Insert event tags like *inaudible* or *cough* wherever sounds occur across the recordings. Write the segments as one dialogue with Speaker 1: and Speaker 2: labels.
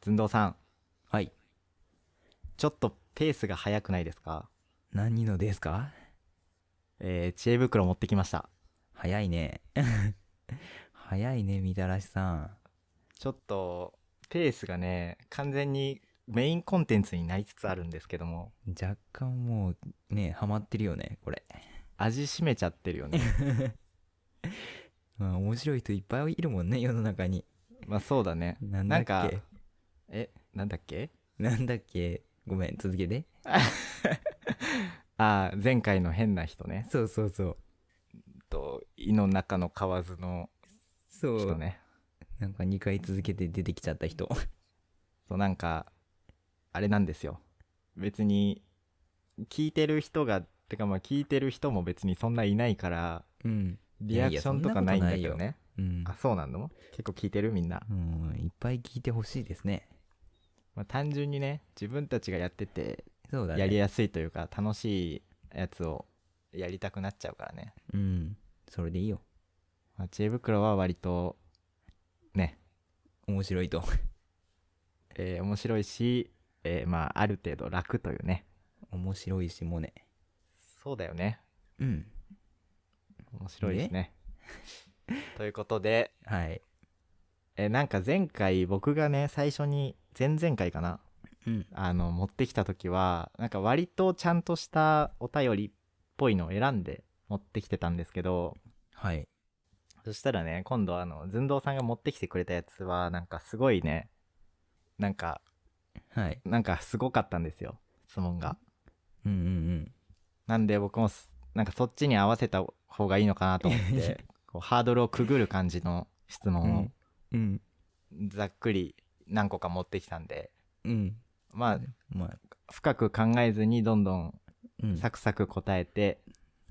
Speaker 1: ずんどうさん、
Speaker 2: はい。
Speaker 1: ちょっとペースが速くないですか
Speaker 2: 何のですか
Speaker 1: えー、知恵袋持ってきました。
Speaker 2: 早いね。 *laughs* 早いね、みたらしさん。
Speaker 1: ちょっと、ペースがね、完全にメインコンテンツになりつつあるんですけども、
Speaker 2: 若干もう、ね、ハマってるよね、これ。
Speaker 1: 味しめちゃってるよ
Speaker 2: *laughs*
Speaker 1: ね。
Speaker 2: まあ、面白い人いっぱいいるもんね、世の中に。
Speaker 1: まあそうだね。
Speaker 2: なんだ
Speaker 1: なん
Speaker 2: っ
Speaker 1: か
Speaker 2: け、
Speaker 1: え、なんだっけ
Speaker 2: なんだっけ。ごめん、続けて。
Speaker 1: ああ、前回の変な人ね。
Speaker 2: そうそうそう。
Speaker 1: と、胃の中の蛙の
Speaker 2: そ
Speaker 1: 人
Speaker 2: う。
Speaker 1: ね。
Speaker 2: なんか2回続けて出てきちゃった人。 *laughs*
Speaker 1: そう、なんか、あれなんですよ。別に、聞いてる人が、てかまあ聞いてる人も別にそんないないから、
Speaker 2: うん。
Speaker 1: リアクションとかないんだけどね。
Speaker 2: うん。
Speaker 1: あ、そうなの結構聞いてるみんな。
Speaker 2: うん、いっぱい聞いてほしいですね。
Speaker 1: まあ、単純にね、自分たちがやってて、
Speaker 2: そうだね。
Speaker 1: やりやすいというか、楽しいやつをやりたくなっちゃうからね。
Speaker 2: うん。それでいいよ。
Speaker 1: まあ、知恵袋は割と、ね、
Speaker 2: 面白いと。
Speaker 1: えー面白いし、えーまあ、ある程度楽というね。
Speaker 2: 面白いし、もうね。
Speaker 1: そうだよね。
Speaker 2: うん。
Speaker 1: 面白いです *laughs* ね。ということで、
Speaker 2: はい。
Speaker 1: えーなんか前回僕がね、最初に、前々回かな、
Speaker 2: うん。
Speaker 1: あの、持ってきた時は、なんか割とちゃんとしたお便りっぽいのを選んで持ってきてたんですけど、
Speaker 2: はい。
Speaker 1: そしたらね、今度あの、寸胴さんが持ってきてくれたやつは、なんかすごいね、なんか、
Speaker 2: はい。
Speaker 1: なんかすごかったんですよ、質問が。
Speaker 2: うんうん
Speaker 1: なんで僕もす、なんかそっちに合わせた方がいいのかなと思
Speaker 2: *laughs*
Speaker 1: って、こうハードルをくぐる感じの質問を、
Speaker 2: うん。うん。
Speaker 1: ざっくり何個か持ってきたんで、
Speaker 2: うん。
Speaker 1: まあ、
Speaker 2: まあ、
Speaker 1: 深く考えずにどんどん
Speaker 2: うん。
Speaker 1: サクサク答えて、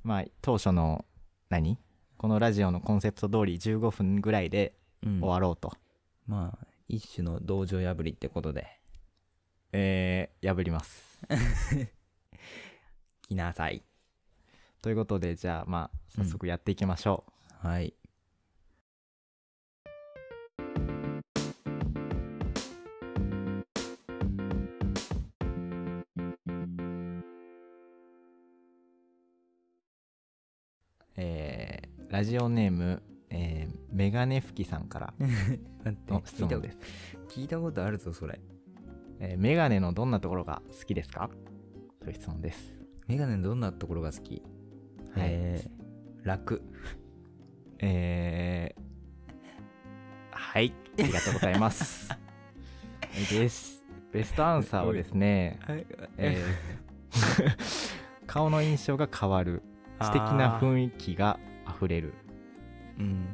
Speaker 1: まあ当初の何このラジオのコンセプト通り15分ぐらいで
Speaker 2: うん
Speaker 1: 終わろうと、
Speaker 2: まあ、一種の道場破りってことで、
Speaker 1: えー、破ります
Speaker 2: 来なさい。
Speaker 1: ということでじゃあまあ早速やっていきましょう、
Speaker 2: はい。
Speaker 1: えー、ラジオネーム、えー、メガネフキさんから
Speaker 2: 待って
Speaker 1: の質問
Speaker 2: 聞い
Speaker 1: です、
Speaker 2: た聞いたことあるぞ、それ。
Speaker 1: えー、メガネのどんなところが好きですかという質問です
Speaker 2: メガネのどんなところが好き、えー、楽。
Speaker 1: えー、はいありがとうございます
Speaker 2: *laughs*
Speaker 1: ベスベストアンサーはですねえー顔の印象が変わる素敵な
Speaker 2: 囲
Speaker 1: 雰囲気があふれる
Speaker 2: 気。うん。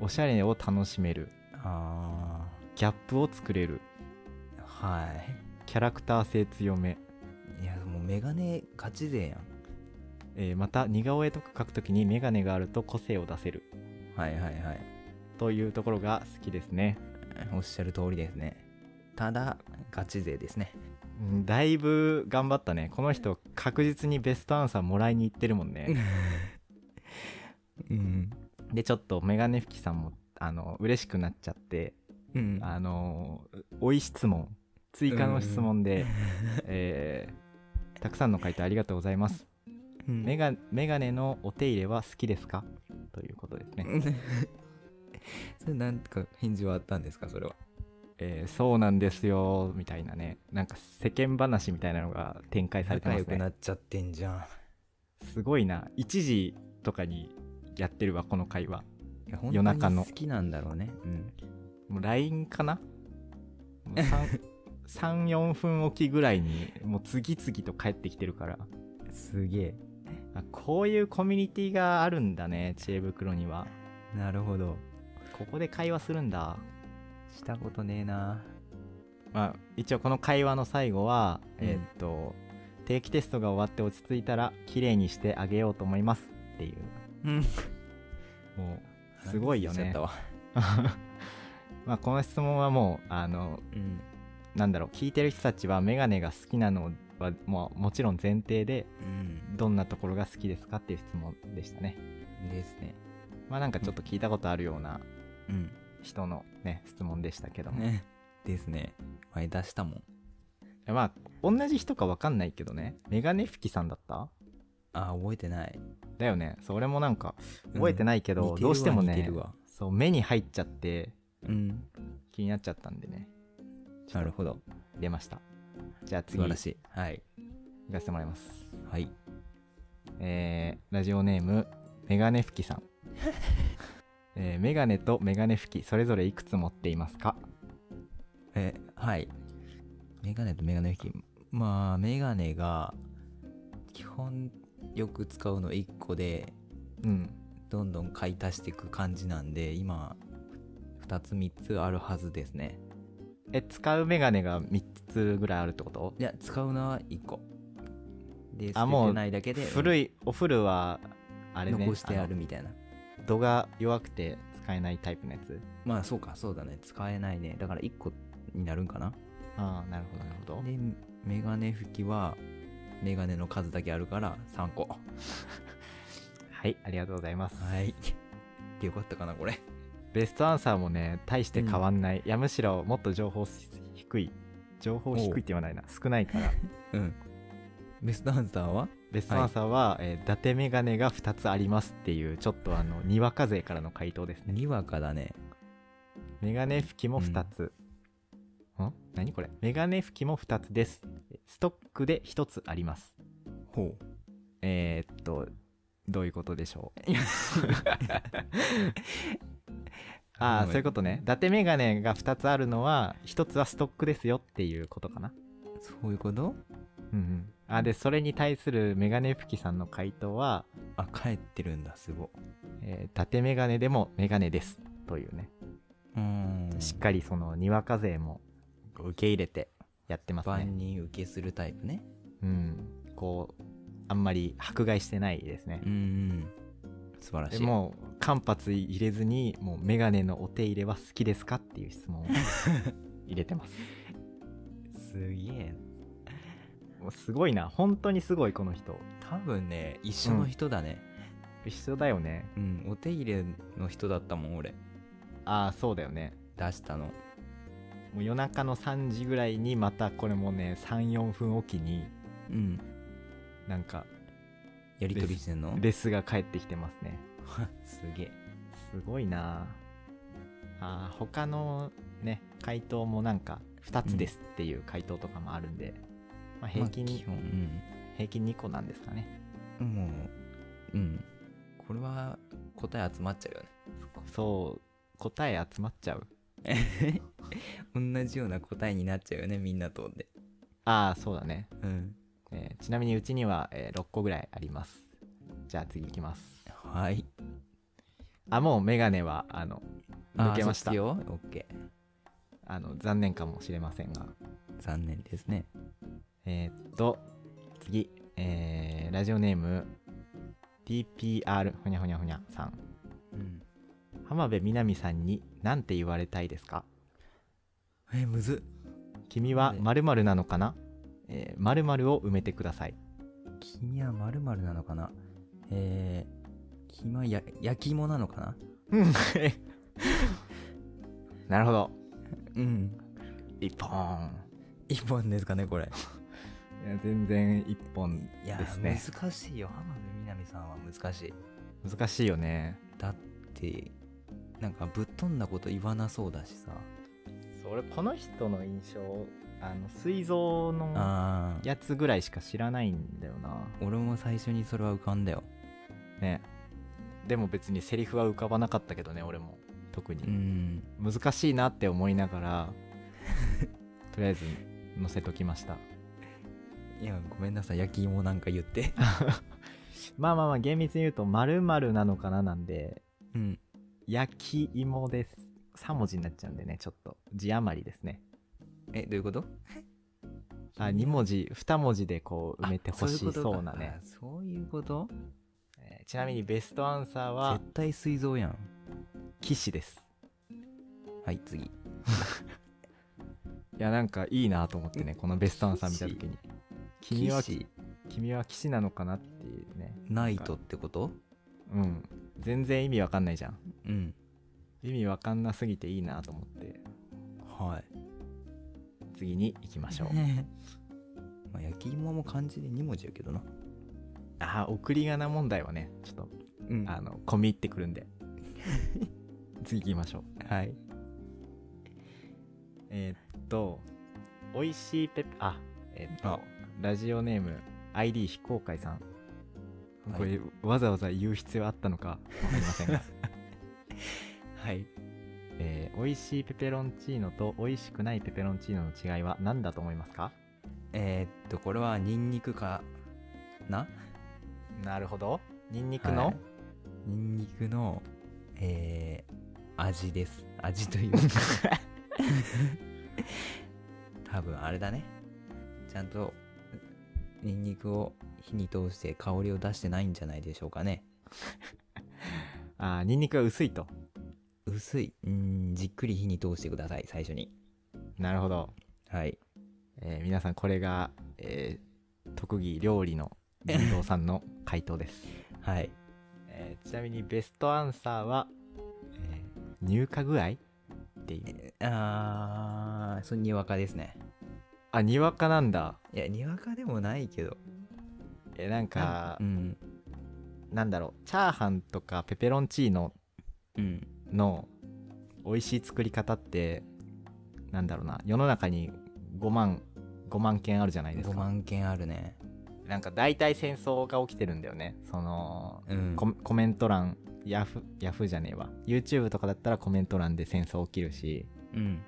Speaker 1: おしゃれを楽しめる
Speaker 2: あ
Speaker 1: ギャップを作れる
Speaker 2: ー、はい。
Speaker 1: キャラクター性強め、
Speaker 2: いや、もうメガネガチ勢やん。
Speaker 1: えーまた似顔絵とか描くときに眼鏡があると個性を出せる
Speaker 2: はいはいはい。
Speaker 1: というところが好きですね、
Speaker 2: おっしゃる通りですね。ただ、ガチ勢ですね。
Speaker 1: うんだいぶ頑張ったねこの人確実にベストアンサーもらいに行ってるもんね
Speaker 2: *laughs* うん。
Speaker 1: でちょっと眼鏡拭きさんもあの嬉しくなっちゃって
Speaker 2: うん。 *laughs*
Speaker 1: あの追い質問追加の質問で、えーたくさんの回答ありがとうございます
Speaker 2: うん
Speaker 1: メガメガネのお手入れは好きですかということですね、
Speaker 2: *laughs* それなんか返事はあったんですかそれは。
Speaker 1: えーそうなんですよみたいなねなんか世間話みたいなのが展開されて
Speaker 2: 仲
Speaker 1: ま
Speaker 2: 良
Speaker 1: す
Speaker 2: く
Speaker 1: ね
Speaker 2: なっちゃってんじゃん。
Speaker 1: すごいな1時とかにやってるわこの会話
Speaker 2: いや
Speaker 1: 夜中の
Speaker 2: 本当に好きなんだろうね。うん。
Speaker 1: もう LINE かな34分おきぐらいにもう次々と帰ってきてるから
Speaker 2: すげえ。
Speaker 1: あこういうコミュニティがあるんだね知恵袋には
Speaker 2: なるほど。
Speaker 1: ここで会話するんだ
Speaker 2: したことねえな。
Speaker 1: まあ一応この会話の最後は、
Speaker 2: うん
Speaker 1: えーっと定期テストが終わって落ち着いたら綺麗にしてあげようと思いますっていう *laughs*
Speaker 2: うん。
Speaker 1: もうすごいよ
Speaker 2: 話しちゃっ
Speaker 1: ね
Speaker 2: たわ
Speaker 1: まあこの質問はもうあの
Speaker 2: うん。
Speaker 1: なんだろう聞いてる人たちはメガネが好きなのは、まあ、もちろん前提で
Speaker 2: うん。
Speaker 1: どんなところが好きですかっていう質問でしたね
Speaker 2: ですね。
Speaker 1: まあなんかちょっと聞いたことあるような
Speaker 2: うん。
Speaker 1: 人のね質問でしたけども、
Speaker 2: ね。ですね前出したもん
Speaker 1: まあ同じ人か分かんないけどねメガネ拭きさんだった
Speaker 2: あー覚えてない
Speaker 1: だよねそう俺もなんか覚えてないけど、どうしてもねそう目に入っちゃって
Speaker 2: うん
Speaker 1: 気になっちゃったんでね
Speaker 2: なるほど
Speaker 1: 出ましたじゃあ
Speaker 2: 素
Speaker 1: 次
Speaker 2: 晴
Speaker 1: 行
Speaker 2: ら
Speaker 1: か
Speaker 2: しいはい
Speaker 1: せてもらいます
Speaker 2: はい
Speaker 1: えーラジオネームメガネ拭きさん、 *laughs* えーメガネとメガネ拭きそれぞれいくつ持っていますか
Speaker 2: えはいメガネとメガネ引きまあメガネが基本よく使うの1個で
Speaker 1: うん
Speaker 2: どんどん買い足していく感じなんで今2つ3つあるはずですね
Speaker 1: え使うメガネが3つぐらいあるってこと
Speaker 2: いや使うのは1個で
Speaker 1: あ
Speaker 2: 捨
Speaker 1: もう
Speaker 2: ててないだけで
Speaker 1: 古
Speaker 2: い
Speaker 1: いお古はあれね
Speaker 2: 残してあ
Speaker 1: の
Speaker 2: るみたいな
Speaker 1: 度が弱くて使えないタイプのやつ
Speaker 2: まあそうかそうだね使えないねだから1個になるんかな
Speaker 1: ああなるほどなるほど
Speaker 2: でメガネ拭きはメガネの数だけあるから3個
Speaker 1: はいありがとうございます
Speaker 2: はい *laughs* よかったかなこれ
Speaker 1: ベストアンサーもね大して変わんない、いやむしろもっと情報し低い情報低いって言わないな少ない *laughs* から
Speaker 2: うんベストアンサーは
Speaker 1: ベストアンサーは、えー伊達メガネが2つありますっていうちょっとあのにわか勢からの回答ですね
Speaker 2: にわかだね
Speaker 1: メガネ拭きも2つ、ん何これメガネ拭きも2つですストックで1つあります
Speaker 2: ほう
Speaker 1: えー、っとどういうことでしょう *laughs* ああそういうことね伊達メガネが2つあるのは1つはストックですよっていうことかな
Speaker 2: そういうこと
Speaker 1: うんうんあでそれに対するメガネ拭きさんの回答は、
Speaker 2: あ帰ってるんだすご
Speaker 1: えー、伊達メガネでもメガネですというね
Speaker 2: うーん
Speaker 1: しっかりそのにわか勢も受け入れてやってますね
Speaker 2: 万人受けするタイプね
Speaker 1: うんこうあんまり迫害してないですね
Speaker 2: うんうん素晴らし
Speaker 1: で
Speaker 2: い
Speaker 1: もう間髪入れずにもうメガネのお手入れは好きですかっていう質問を入れてます
Speaker 2: すげえ
Speaker 1: もうすごいな本当にすごいこの人
Speaker 2: 多分ね一緒の人だね
Speaker 1: 一緒だよね
Speaker 2: うん、お手入れの人だったもん俺
Speaker 1: ああそうだよね
Speaker 2: 出したの
Speaker 1: もう夜中の3時ぐらいにまたこれもね34分おきに
Speaker 2: うん
Speaker 1: なんか
Speaker 2: やりとりしてんの
Speaker 1: レスが返ってきてますね
Speaker 2: すげえ
Speaker 1: すごいなあー他のね回答もなんか2つですっていう回答とかもあるんで、まあ、平均、
Speaker 2: まあ基本
Speaker 1: 平均2個なんですかね
Speaker 2: うんもううんこれは答え集まっちゃうよね
Speaker 1: そう答え集まっちゃう
Speaker 2: 同じような答えになっちゃうよねみんなとで
Speaker 1: ああそうだね、
Speaker 2: うん
Speaker 1: えーちなみにうちには、え6個ぐらいありますじゃあ次いきます
Speaker 2: はい
Speaker 1: あもうメガネはあの抜けました
Speaker 2: あ
Speaker 1: あ
Speaker 2: ーそっちよオッケー
Speaker 1: の残念かもしれませんが
Speaker 2: 残念ですね
Speaker 1: えーっと次えーラジオネーム TPR ほにゃほにゃほにゃさん
Speaker 2: うん
Speaker 1: 浜辺美波さんに何て言われたいですか
Speaker 2: えむずっ
Speaker 1: 君は
Speaker 2: ね
Speaker 1: 〇〇なのかな、えー、〇〇を埋めてください
Speaker 2: 君はまるなのかなえー、君はや焼き芋なのかな
Speaker 1: *laughs* なるほど
Speaker 2: うん
Speaker 1: 一本
Speaker 2: 一本ですかね *laughs* これ
Speaker 1: いや全然一本
Speaker 2: いや
Speaker 1: ですね
Speaker 2: 難しいよ浜辺美波さんは難しい
Speaker 1: 難しいよね
Speaker 2: だってなんかぶっ飛んだこと言わなそうだしさ
Speaker 1: そう俺この人の印象あの膵臓の
Speaker 2: あー
Speaker 1: やつぐらいしか知らないんだよな
Speaker 2: 俺も最初にそれは浮かんだよ
Speaker 1: ねでも別にセリフは浮かばなかったけどね俺も特
Speaker 2: う
Speaker 1: に、
Speaker 2: ん
Speaker 1: 難しいなって思いなが
Speaker 2: *laughs*
Speaker 1: らとりあえず載せときました
Speaker 2: いやごめんなさい焼き芋なんか言って
Speaker 1: まあまあまあ厳密に言うと〇〇なのかななんで
Speaker 2: うん
Speaker 1: 焼き芋です3文字になっちゃうんでねちょっと字余りですね
Speaker 2: えどういうこと
Speaker 1: あ2文字2文字でこう埋めて
Speaker 2: あ
Speaker 1: ほし
Speaker 2: いことか
Speaker 1: そうなね
Speaker 2: あそういうこと
Speaker 1: えーちなみにベストアンサーは
Speaker 2: 絶対膵臓やん
Speaker 1: 騎士です
Speaker 2: はい次
Speaker 1: いやなんかいいなと思ってねこのベストアンサー見た時に君は
Speaker 2: 騎士
Speaker 1: 君は騎士なのかなっていうね
Speaker 2: ナイトってこと
Speaker 1: うん全然意味わかんないじゃん
Speaker 2: うん
Speaker 1: 意味わかんなすぎていいなと思って
Speaker 2: はい
Speaker 1: 次に行き
Speaker 2: *laughs*
Speaker 1: ましょう
Speaker 2: まあ焼き芋も漢字で2文字やけどな
Speaker 1: あー送り仮名問題はねちょっと
Speaker 2: うん
Speaker 1: あの込み入ってくるんで *laughs* 次行きましょう
Speaker 2: はい
Speaker 1: えーっとおいしいペッあえーっ
Speaker 2: あ
Speaker 1: とラジオネーム ID 非公開さん
Speaker 2: はい
Speaker 1: これ、わざわざ言う必要あったのかわかりませんが、 *laughs*
Speaker 2: はい
Speaker 1: えー、美味しいペペロンチーノと美味しくないペペロンチーノの違いは何だと思いますか
Speaker 2: えーっとこれはニンニクかな
Speaker 1: なるほどニンニ
Speaker 2: はいニンニクのえー味です味というか *laughs* 多分あれだねちゃんとニンニクを火に通して香りを出してないんじゃないでしょうかね
Speaker 1: あーニンニクが薄いと
Speaker 2: 薄いうーんじっくり火に通してください最初に
Speaker 1: なるほど、
Speaker 2: はい
Speaker 1: えー皆さんこれが、えー特技料理の人道さんの回答です、
Speaker 2: はい
Speaker 1: *laughs* えーちなみにベストアンサーは、えー乳化具合っていう
Speaker 2: あーそれにわかですね
Speaker 1: あにわかなんだ
Speaker 2: いやにわかでもないけど
Speaker 1: えーなんか
Speaker 2: うん
Speaker 1: なんだろうチャーハンとかペペロンチーノ
Speaker 2: うん
Speaker 1: の美味しい作り方ってなんだろうな世の中に5万5万件あるじゃないです
Speaker 2: 5
Speaker 1: か
Speaker 2: 万件あるね
Speaker 1: なんか大体戦争が起きてるんだよねその、
Speaker 2: うん
Speaker 1: ココメント欄ヤフヤフーじゃねえわ YouTube とかだったらコメント欄で戦争起きるし
Speaker 2: うん、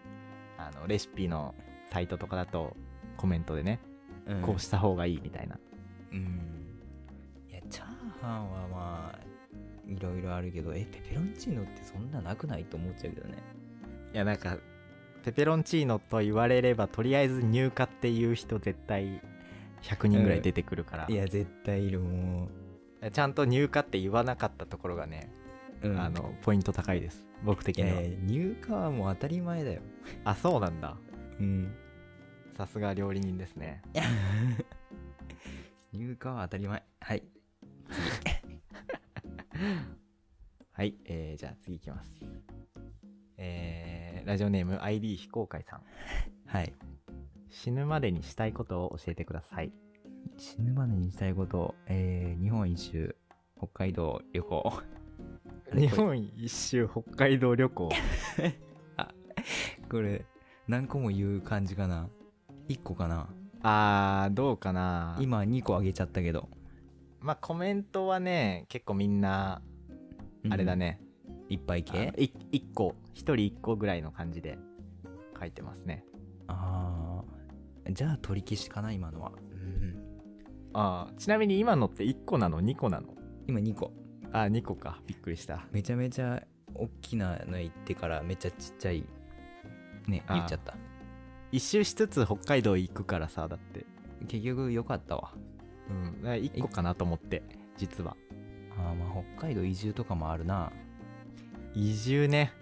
Speaker 1: あのレシピのサイトとかだとコメントでね、
Speaker 2: うん、
Speaker 1: こうした方がいいみたいな
Speaker 2: うんいやチャーハンはまあいろいろあるけどえペペロンチーノってそんななくないと思っちゃうけどね
Speaker 1: いやなんかペペロンチーノと言われればとりあえず乳化っていう人絶対100人ぐらい出てくるから、
Speaker 2: いや絶対いるもう
Speaker 1: ちゃんと入荷って言わなかったところがね、
Speaker 2: うん
Speaker 1: あのポイント高いです僕
Speaker 2: い
Speaker 1: 的
Speaker 2: や
Speaker 1: に
Speaker 2: い
Speaker 1: は、
Speaker 2: や入荷はもう当たり前だよ
Speaker 1: あそうなんだ
Speaker 2: うん
Speaker 1: さすが料理人ですね
Speaker 2: 入荷は当たり前はい
Speaker 1: はい、えーじゃあ次いきますえーラジオネーム ID 非公開さん
Speaker 2: はい
Speaker 1: 死ぬまでにしたいことを教えてください
Speaker 2: 死ぬまでにしたいこと、えー、日本一周北海道旅行
Speaker 1: 日本一周北海道旅行
Speaker 2: *laughs* これ何個も言う感じかな1個かな
Speaker 1: あーどうかな
Speaker 2: 今2個あげちゃったけど
Speaker 1: まあコメントはね結構みんなあれだ
Speaker 2: ね
Speaker 1: ね、
Speaker 2: いっぱい
Speaker 1: え
Speaker 2: 系
Speaker 1: 1個1人1個ぐらいの感じで書いてますね
Speaker 2: ああじゃあ取り消しかな今のは、うん、
Speaker 1: ああちなみに今のって1個なの2個なの
Speaker 2: 今2個
Speaker 1: あ2個かびっくりした
Speaker 2: めちゃめちゃ大きなの行ってからめっちゃちっちゃいね
Speaker 1: あー
Speaker 2: 言っちゃった
Speaker 1: 一周しつつ北海道行くからさだって
Speaker 2: 結局良かったわ
Speaker 1: うん1個かなと思って実は
Speaker 2: あーまあ北海道移住とかもあるな
Speaker 1: 移住ね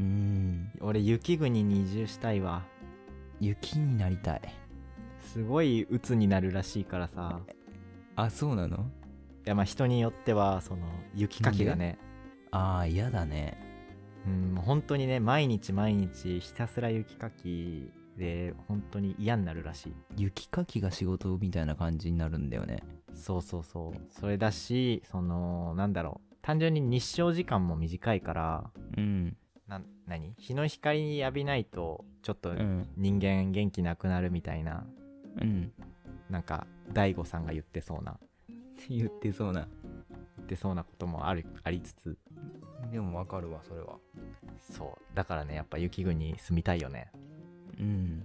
Speaker 2: うん
Speaker 1: 俺雪国に移住したいわ
Speaker 2: 雪になりたい
Speaker 1: すごい鬱になるらしいからさ
Speaker 2: あそうなの
Speaker 1: いやまあ人によってはその雪かきがね
Speaker 2: ああ嫌だね
Speaker 1: うんもう本当にね毎日毎日ひたすら雪かきで本当に嫌になるらしい
Speaker 2: 雪かきが仕事みたいな感じになるんだよね
Speaker 1: そうそうそうそれだしそのなんだろう単純に日照時間も短いから
Speaker 2: うん
Speaker 1: な何日の光に浴びないとちょっと
Speaker 2: うん
Speaker 1: 人間元気なくなるみたいな、
Speaker 2: うん
Speaker 1: なんか大悟さんが言ってそうな
Speaker 2: *laughs* 言ってそうな
Speaker 1: 言ってそうなこともあるありつつ
Speaker 2: でもわかるわそれは
Speaker 1: そうだからねやっぱ雪国に住みたいよね
Speaker 2: うん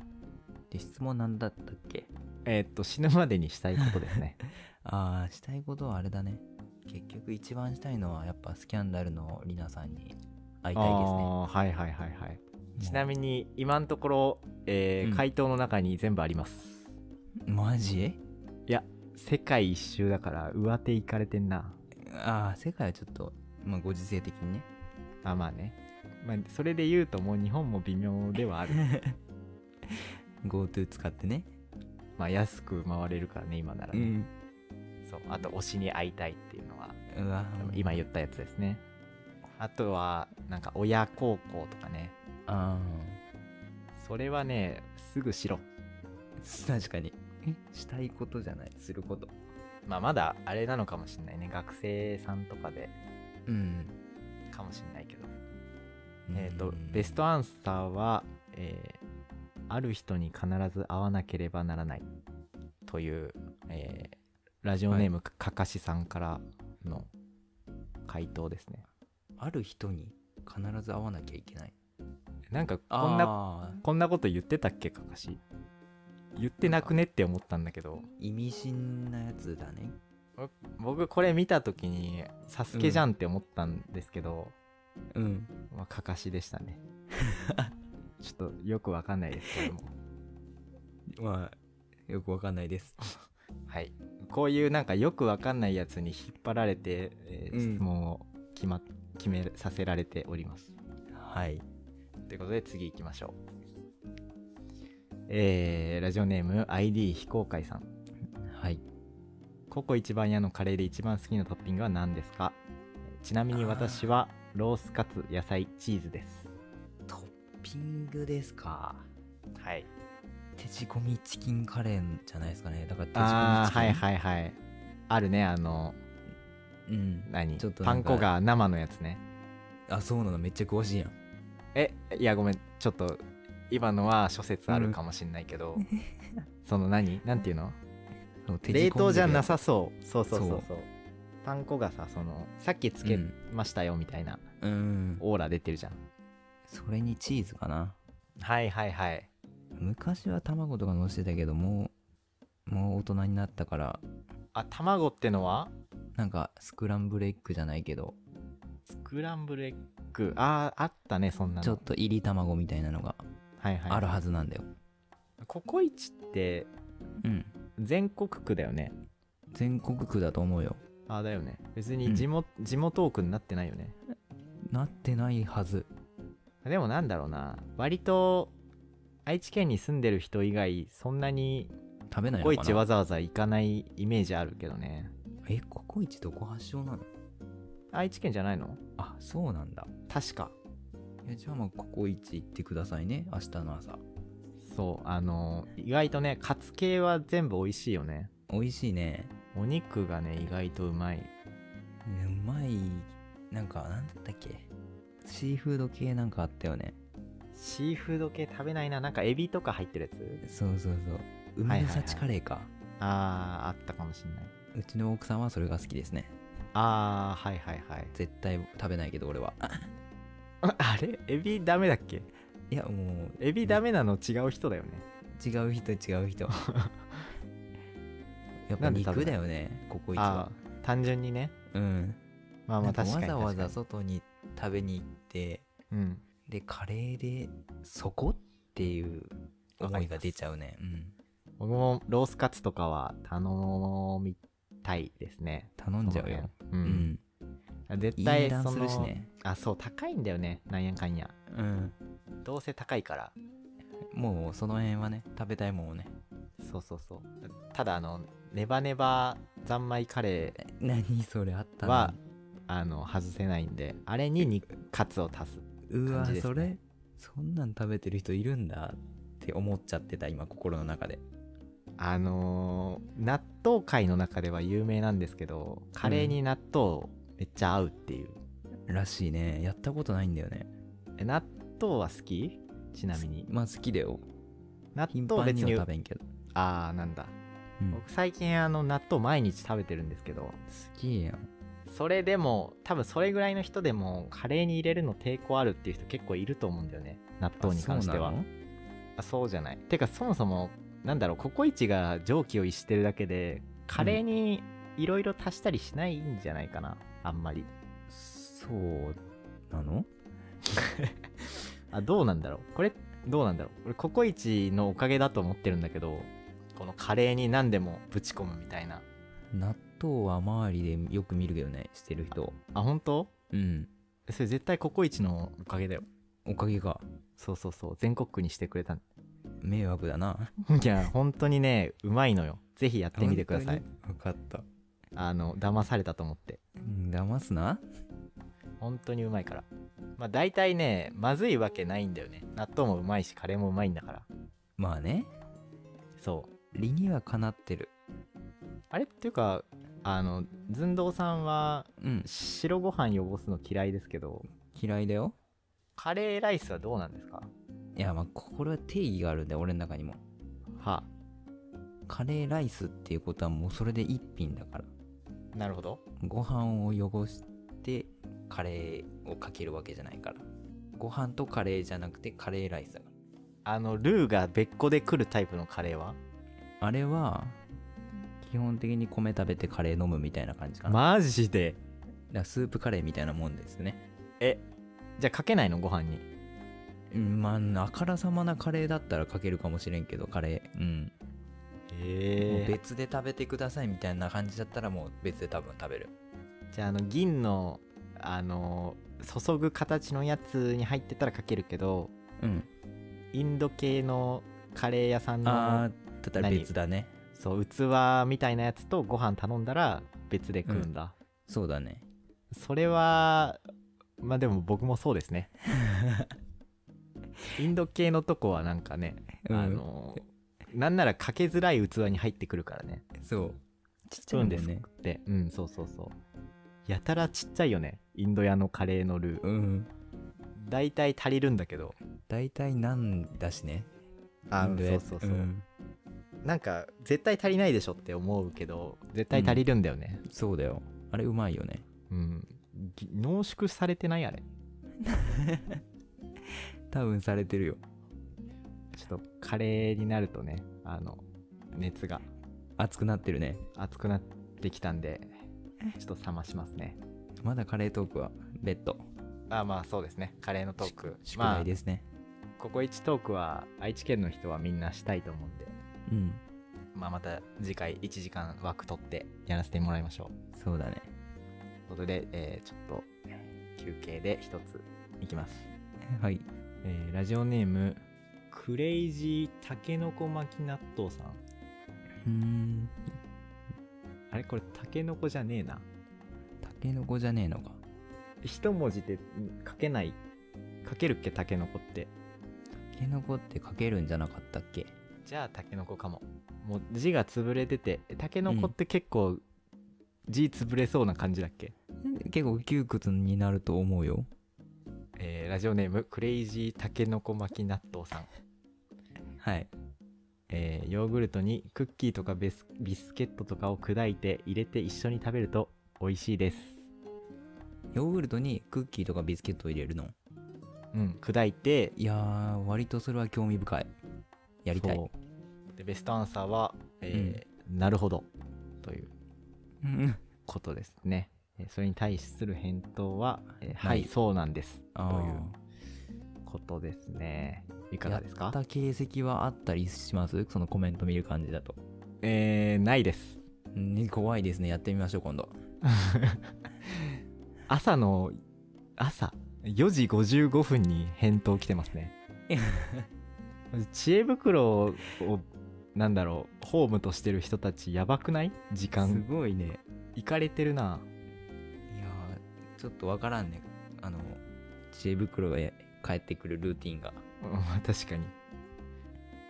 Speaker 2: で質問なんだったっけ
Speaker 1: えーっと死ぬまでにしたいことです *laughs* ね
Speaker 2: ああしたいことはあれだね結局一番したいのはやっぱスキャンダルのリナさんに会いたいですね
Speaker 1: あーはいはいはいはいちな
Speaker 2: に
Speaker 1: みに今のところ、えー
Speaker 2: うん
Speaker 1: 回答の中に全部あります
Speaker 2: マジ
Speaker 1: 世界一周だから上手いかれてんな
Speaker 2: ああ世界はちょっと、まあ、ご時世的にね
Speaker 1: あまあね、まあ、それで言うともう日本も微妙で *laughs* はある
Speaker 2: GoTo 使ってね
Speaker 1: まあ安く回れるからね今ならね、
Speaker 2: ん
Speaker 1: そうあと推しに会いたいっていうのは
Speaker 2: うわ
Speaker 1: 今言ったやつですねあとはなんか親孝行とかね
Speaker 2: あ
Speaker 1: それはねすぐしろ
Speaker 2: 確かにしたいことじゃないすること
Speaker 1: まあまだあれなのかもしんないね学生さんとかで
Speaker 2: うん
Speaker 1: かもしんないけどえっ、とベストアンサーは、えーある人に必ず会わなければならないという、えーラジオネーム、かかしさんからの回答ですね
Speaker 2: ある人に必ず会わなきゃいけない
Speaker 1: なんかこんな
Speaker 2: あ
Speaker 1: こんなこと言ってたっけかかし言ってなくねって思ったんだけど
Speaker 2: ー意味深なやつだね
Speaker 1: 僕これ見た時に「サスケじゃんって思ったんですけど、
Speaker 2: うん
Speaker 1: まあ、かかしでしたね *laughs* ちょっとよくわかんないですけども
Speaker 2: まあよくわかんないです
Speaker 1: はい、こういうなんかよくわかんないやつに引っ張られて、えー
Speaker 2: うん
Speaker 1: 質問を決,、ま、決めさせられております。
Speaker 2: はい
Speaker 1: ということで次行きましょう。えーラジオネーム ID 非公開さん。
Speaker 2: はい
Speaker 1: ココ一番屋のカレーで一番好きなトッピングは何ですかちなみに私はロースかつ野菜チーズです。
Speaker 2: トッピングですか
Speaker 1: はい。
Speaker 2: 手仕込みチキンカレーじゃないですかねだから手仕込み
Speaker 1: あ
Speaker 2: チ
Speaker 1: あ、
Speaker 2: キン
Speaker 1: はいはいはい。あるね、あの、
Speaker 2: うん
Speaker 1: 何
Speaker 2: ちょっとな
Speaker 1: パン
Speaker 2: んか
Speaker 1: 粉が生のやつね。
Speaker 2: あそうなのめっちゃ詳しいやん
Speaker 1: えいやごめんちょっと今のは諸説あるかもしんないけど、 *laughs* その何なんていうの
Speaker 2: そう手仕込んでる
Speaker 1: 冷凍じゃなさそうそうそうそうそう
Speaker 2: そ
Speaker 1: パン粉がさそのさっきつけ
Speaker 2: うん
Speaker 1: ましたよみたいな、
Speaker 2: うん
Speaker 1: オーラ出てるじゃん
Speaker 2: それにチーズかな
Speaker 1: はいはいはい
Speaker 2: 昔は卵とか乗せてたけどもうもう大人になったから
Speaker 1: あ卵ってのは
Speaker 2: なんかスクランブルエッグじゃないけど
Speaker 1: スクランブルエッグあーあったねそんなの
Speaker 2: ちょっと入り卵みたいなのが
Speaker 1: はいはい
Speaker 2: あるはずなんだよ、
Speaker 1: ココイチって
Speaker 2: うん
Speaker 1: 全国区だよね
Speaker 2: 全国区だと思うよ
Speaker 1: あーだよね別に地元、地元区になってないよね
Speaker 2: なってないはず
Speaker 1: でもなんだろうな割と愛知県に住んでる人以外そんなに
Speaker 2: 食べない
Speaker 1: ココ
Speaker 2: のかな
Speaker 1: イチわざわざ行かないイメージあるけどね
Speaker 2: えココイチどこ発祥なの
Speaker 1: 愛知県じゃないの
Speaker 2: あそうなんだ
Speaker 1: 確か
Speaker 2: いやじゃあまあココイチ行ってくださいね明日の朝
Speaker 1: そうあの意外とねカツ系は全部美味しいよね
Speaker 2: 美味しいね
Speaker 1: お肉がね意外とうまい
Speaker 2: ねうまいなんかなんだったっけシーフード系なんかあったよね
Speaker 1: シーフード系食べないななんかエビとか入ってるやつ
Speaker 2: そうそうそう海の幸カレーか、
Speaker 1: あーあったかもしんないう
Speaker 2: ちの奥さんはそれが好きですね
Speaker 1: あーはいはいはい *laughs*
Speaker 2: 絶対食べないけど俺はあ
Speaker 1: あれエビダメだっけ
Speaker 2: いやもう
Speaker 1: エビダメなの違う人だよね
Speaker 2: 違う人違う人 *laughs* や
Speaker 1: な
Speaker 2: っぱ
Speaker 1: んで食べない
Speaker 2: 肉だよねココイチ
Speaker 1: あ
Speaker 2: は
Speaker 1: ー単純にね
Speaker 2: うん
Speaker 1: まあまあ
Speaker 2: なんか
Speaker 1: 確か
Speaker 2: わ
Speaker 1: に
Speaker 2: ざわざ
Speaker 1: 確か
Speaker 2: 外に食べに行って
Speaker 1: にうん
Speaker 2: でカレーでそこっていう思いが出ちゃうねうん
Speaker 1: 僕もロースカツとかは頼みたいですね
Speaker 2: 頼んじゃうよ、
Speaker 1: う、
Speaker 2: うんん
Speaker 1: 絶
Speaker 2: いい
Speaker 1: 対
Speaker 2: 値段
Speaker 1: そ
Speaker 2: するし
Speaker 1: の、
Speaker 2: ね
Speaker 1: あそう高いんだよねなんやかんや
Speaker 2: うん
Speaker 1: どうせ高いから
Speaker 2: もうその辺はね食べたいもんをね
Speaker 1: そうそうそうただあのネバネバ三昧カレー
Speaker 2: *laughs* 何それあったな
Speaker 1: はあの外せないんであれににカツを足す
Speaker 2: う
Speaker 1: 感
Speaker 2: わ、
Speaker 1: じですね
Speaker 2: それそんなん食べてる人いるんだって思っちゃってた今心の中で
Speaker 1: あのー納豆界の中では有名なんですけどカレーに納豆めっちゃ合うっていう、
Speaker 2: らしいねやったことないんだよね
Speaker 1: え納豆は好きちなみに
Speaker 2: まあ好きだよ
Speaker 1: 納
Speaker 2: 頻
Speaker 1: 豆
Speaker 2: 繁
Speaker 1: 別
Speaker 2: に
Speaker 1: に
Speaker 2: は食べんけど、
Speaker 1: ああなんだ
Speaker 2: うん、好
Speaker 1: 僕最近あの納豆毎日食べてるんですけど
Speaker 2: きやん
Speaker 1: それでも多分それぐらいの人でもカレーに入れるの抵抗あるっていう人結構いると思うんだよね納豆に関しては
Speaker 2: あ
Speaker 1: あそ
Speaker 2: そうな
Speaker 1: うじゃないてかそもそもなんだろうココイチが蒸気を逸してるだけでカレーにいろいろ足したりしないんじゃないかな、あんまり
Speaker 2: のそうなの
Speaker 1: あどうなんだろうこれどうなんだろう俺ココイチのおかげだと思ってるんだけどこのカレーに何でもぶち込むみたいな
Speaker 2: 納豆は周りでよく見るけどねしてる人
Speaker 1: あ本当
Speaker 2: うん
Speaker 1: それ絶対ココイチのおかげだよ
Speaker 2: おかげか
Speaker 1: そうそうそう全国区にしてくれたん
Speaker 2: 迷惑だない
Speaker 1: や本当にねうまいのよぜひやってみてください
Speaker 2: 分かった
Speaker 1: あの騙されたと思って
Speaker 2: うん騙すな
Speaker 1: 本当にうまいからまあ大体ねまずいわけないんだよね納豆もうまいしカレーもうまいんだから
Speaker 2: まあね
Speaker 1: そう
Speaker 2: 理にはかなってる
Speaker 1: あれっていうかあの寸胴さんは
Speaker 2: うん
Speaker 1: 白ご飯汚すの嫌いですけど
Speaker 2: 嫌いだよ
Speaker 1: カレーライスはどうなんですか
Speaker 2: いやまあこれは定義があるんだよ俺の中にも
Speaker 1: は
Speaker 2: カレーライスっていうことはもうそれで一品だから
Speaker 1: あなるほど
Speaker 2: ご飯を汚してカレーをかけるわけじゃないからご飯とカレーじゃなくてカレーライスだか
Speaker 1: あのルーが別個で来るタイプのカレーは
Speaker 2: らあれは基本的に米食べてカレー飲むみたいな感じかな、だか
Speaker 1: マジで
Speaker 2: らスープカレーみたいなもんですね
Speaker 1: えじゃあかけないのご飯に
Speaker 2: うんまああからさまなカレーだったらかけるかもしれんけどカレーうん、もう
Speaker 1: え
Speaker 2: 別で食べてくださいみたいな感じだったらもう別で多分食べる
Speaker 1: じゃああの銀のあの注ぐ形のやつに入ってたらかけるけど
Speaker 2: うん
Speaker 1: インド系のカレー屋さんの
Speaker 2: あーだったら別だね
Speaker 1: そう器みたいなやつとご飯頼んだら別で食うんだ、
Speaker 2: そうだね
Speaker 1: それはまあでも僕もそうです
Speaker 2: *laughs*
Speaker 1: ねインド系のとこはなんかね、
Speaker 2: うん
Speaker 1: あのなんならかけづらい器に入ってくるからね
Speaker 2: そうちっ
Speaker 1: スプーンですくってうんそうそうそうやたらちっちゃいよねインド屋のカレーのルー
Speaker 2: うん
Speaker 1: 大体足りるんだけど
Speaker 2: 大体なんだしね
Speaker 1: インド
Speaker 2: や
Speaker 1: 屋そうそうそう、なんか絶対足りないでしょって思うけど絶対足りるんだよね
Speaker 2: そうだよあれうまいよね
Speaker 1: うん、ぎ濃縮されてないあれ
Speaker 2: 多分されてるよ
Speaker 1: ちょっとカレーになるとねあの熱が
Speaker 2: 熱くなってるね
Speaker 1: 熱くなってきたんでちょっと冷ましますね
Speaker 2: まだカレートークは別途
Speaker 1: あまあそうですねカレーのトーク
Speaker 2: 宿
Speaker 1: まあ
Speaker 2: 題ですね、
Speaker 1: ここ1トークは愛知県の人はみんなしたいと思うんで、
Speaker 2: うん
Speaker 1: まあ、また次回1時間枠取ってやらせてもらいましょう
Speaker 2: そうだね
Speaker 1: ということで、えーちょっと休憩で1ついきます
Speaker 2: はい
Speaker 1: えーラジオネームクレイジーたけのこ巻き納豆さん
Speaker 2: うん
Speaker 1: あれこれたけのこじゃねえな
Speaker 2: タケノコじゃねえのか
Speaker 1: 一文字でん書けない書けるっけたけのこって
Speaker 2: タケノコってかけるんじゃなかったっけ
Speaker 1: じゃあたけのこかももう字が潰れててたけのこって結構字潰れそうな感じだっけ、
Speaker 2: 結構窮屈になると思うよ
Speaker 1: えーラジオネームクレイジーたけのこ巻き納豆さん、
Speaker 2: はい
Speaker 1: えーヨーグルトにクッキーとかベスビスケットとかを砕いて入れて一緒に食べると美味しいです
Speaker 2: ヨーグルトにクッキーとかビスケットを入れるの
Speaker 1: うん砕いて
Speaker 2: いやー割とそれは興味深いやりたい
Speaker 1: そうでベストアンサーは、えーなるほどという
Speaker 2: うん
Speaker 1: ことですねえーそれに対する返答は、えー
Speaker 2: な
Speaker 1: はいいそうなんです
Speaker 2: あ
Speaker 1: とい
Speaker 2: ー
Speaker 1: うことですねいかがです
Speaker 2: やっ
Speaker 1: か
Speaker 2: た形跡はあったりしますそのコメント見る感じだと。
Speaker 1: えーないです
Speaker 2: うん怖いですね。やってみましょう、今度。
Speaker 1: 朝の朝4時55分に返答来てます
Speaker 2: *laughs*
Speaker 1: ね知恵袋をなんだろうホームとしてる人たちやばくない時間
Speaker 2: ごいね。いや
Speaker 1: いかれてるな
Speaker 2: ーちょっとわからんね。あの、知恵袋へ帰ってくるルーティンが。
Speaker 1: うん *laughs* まあ確かに、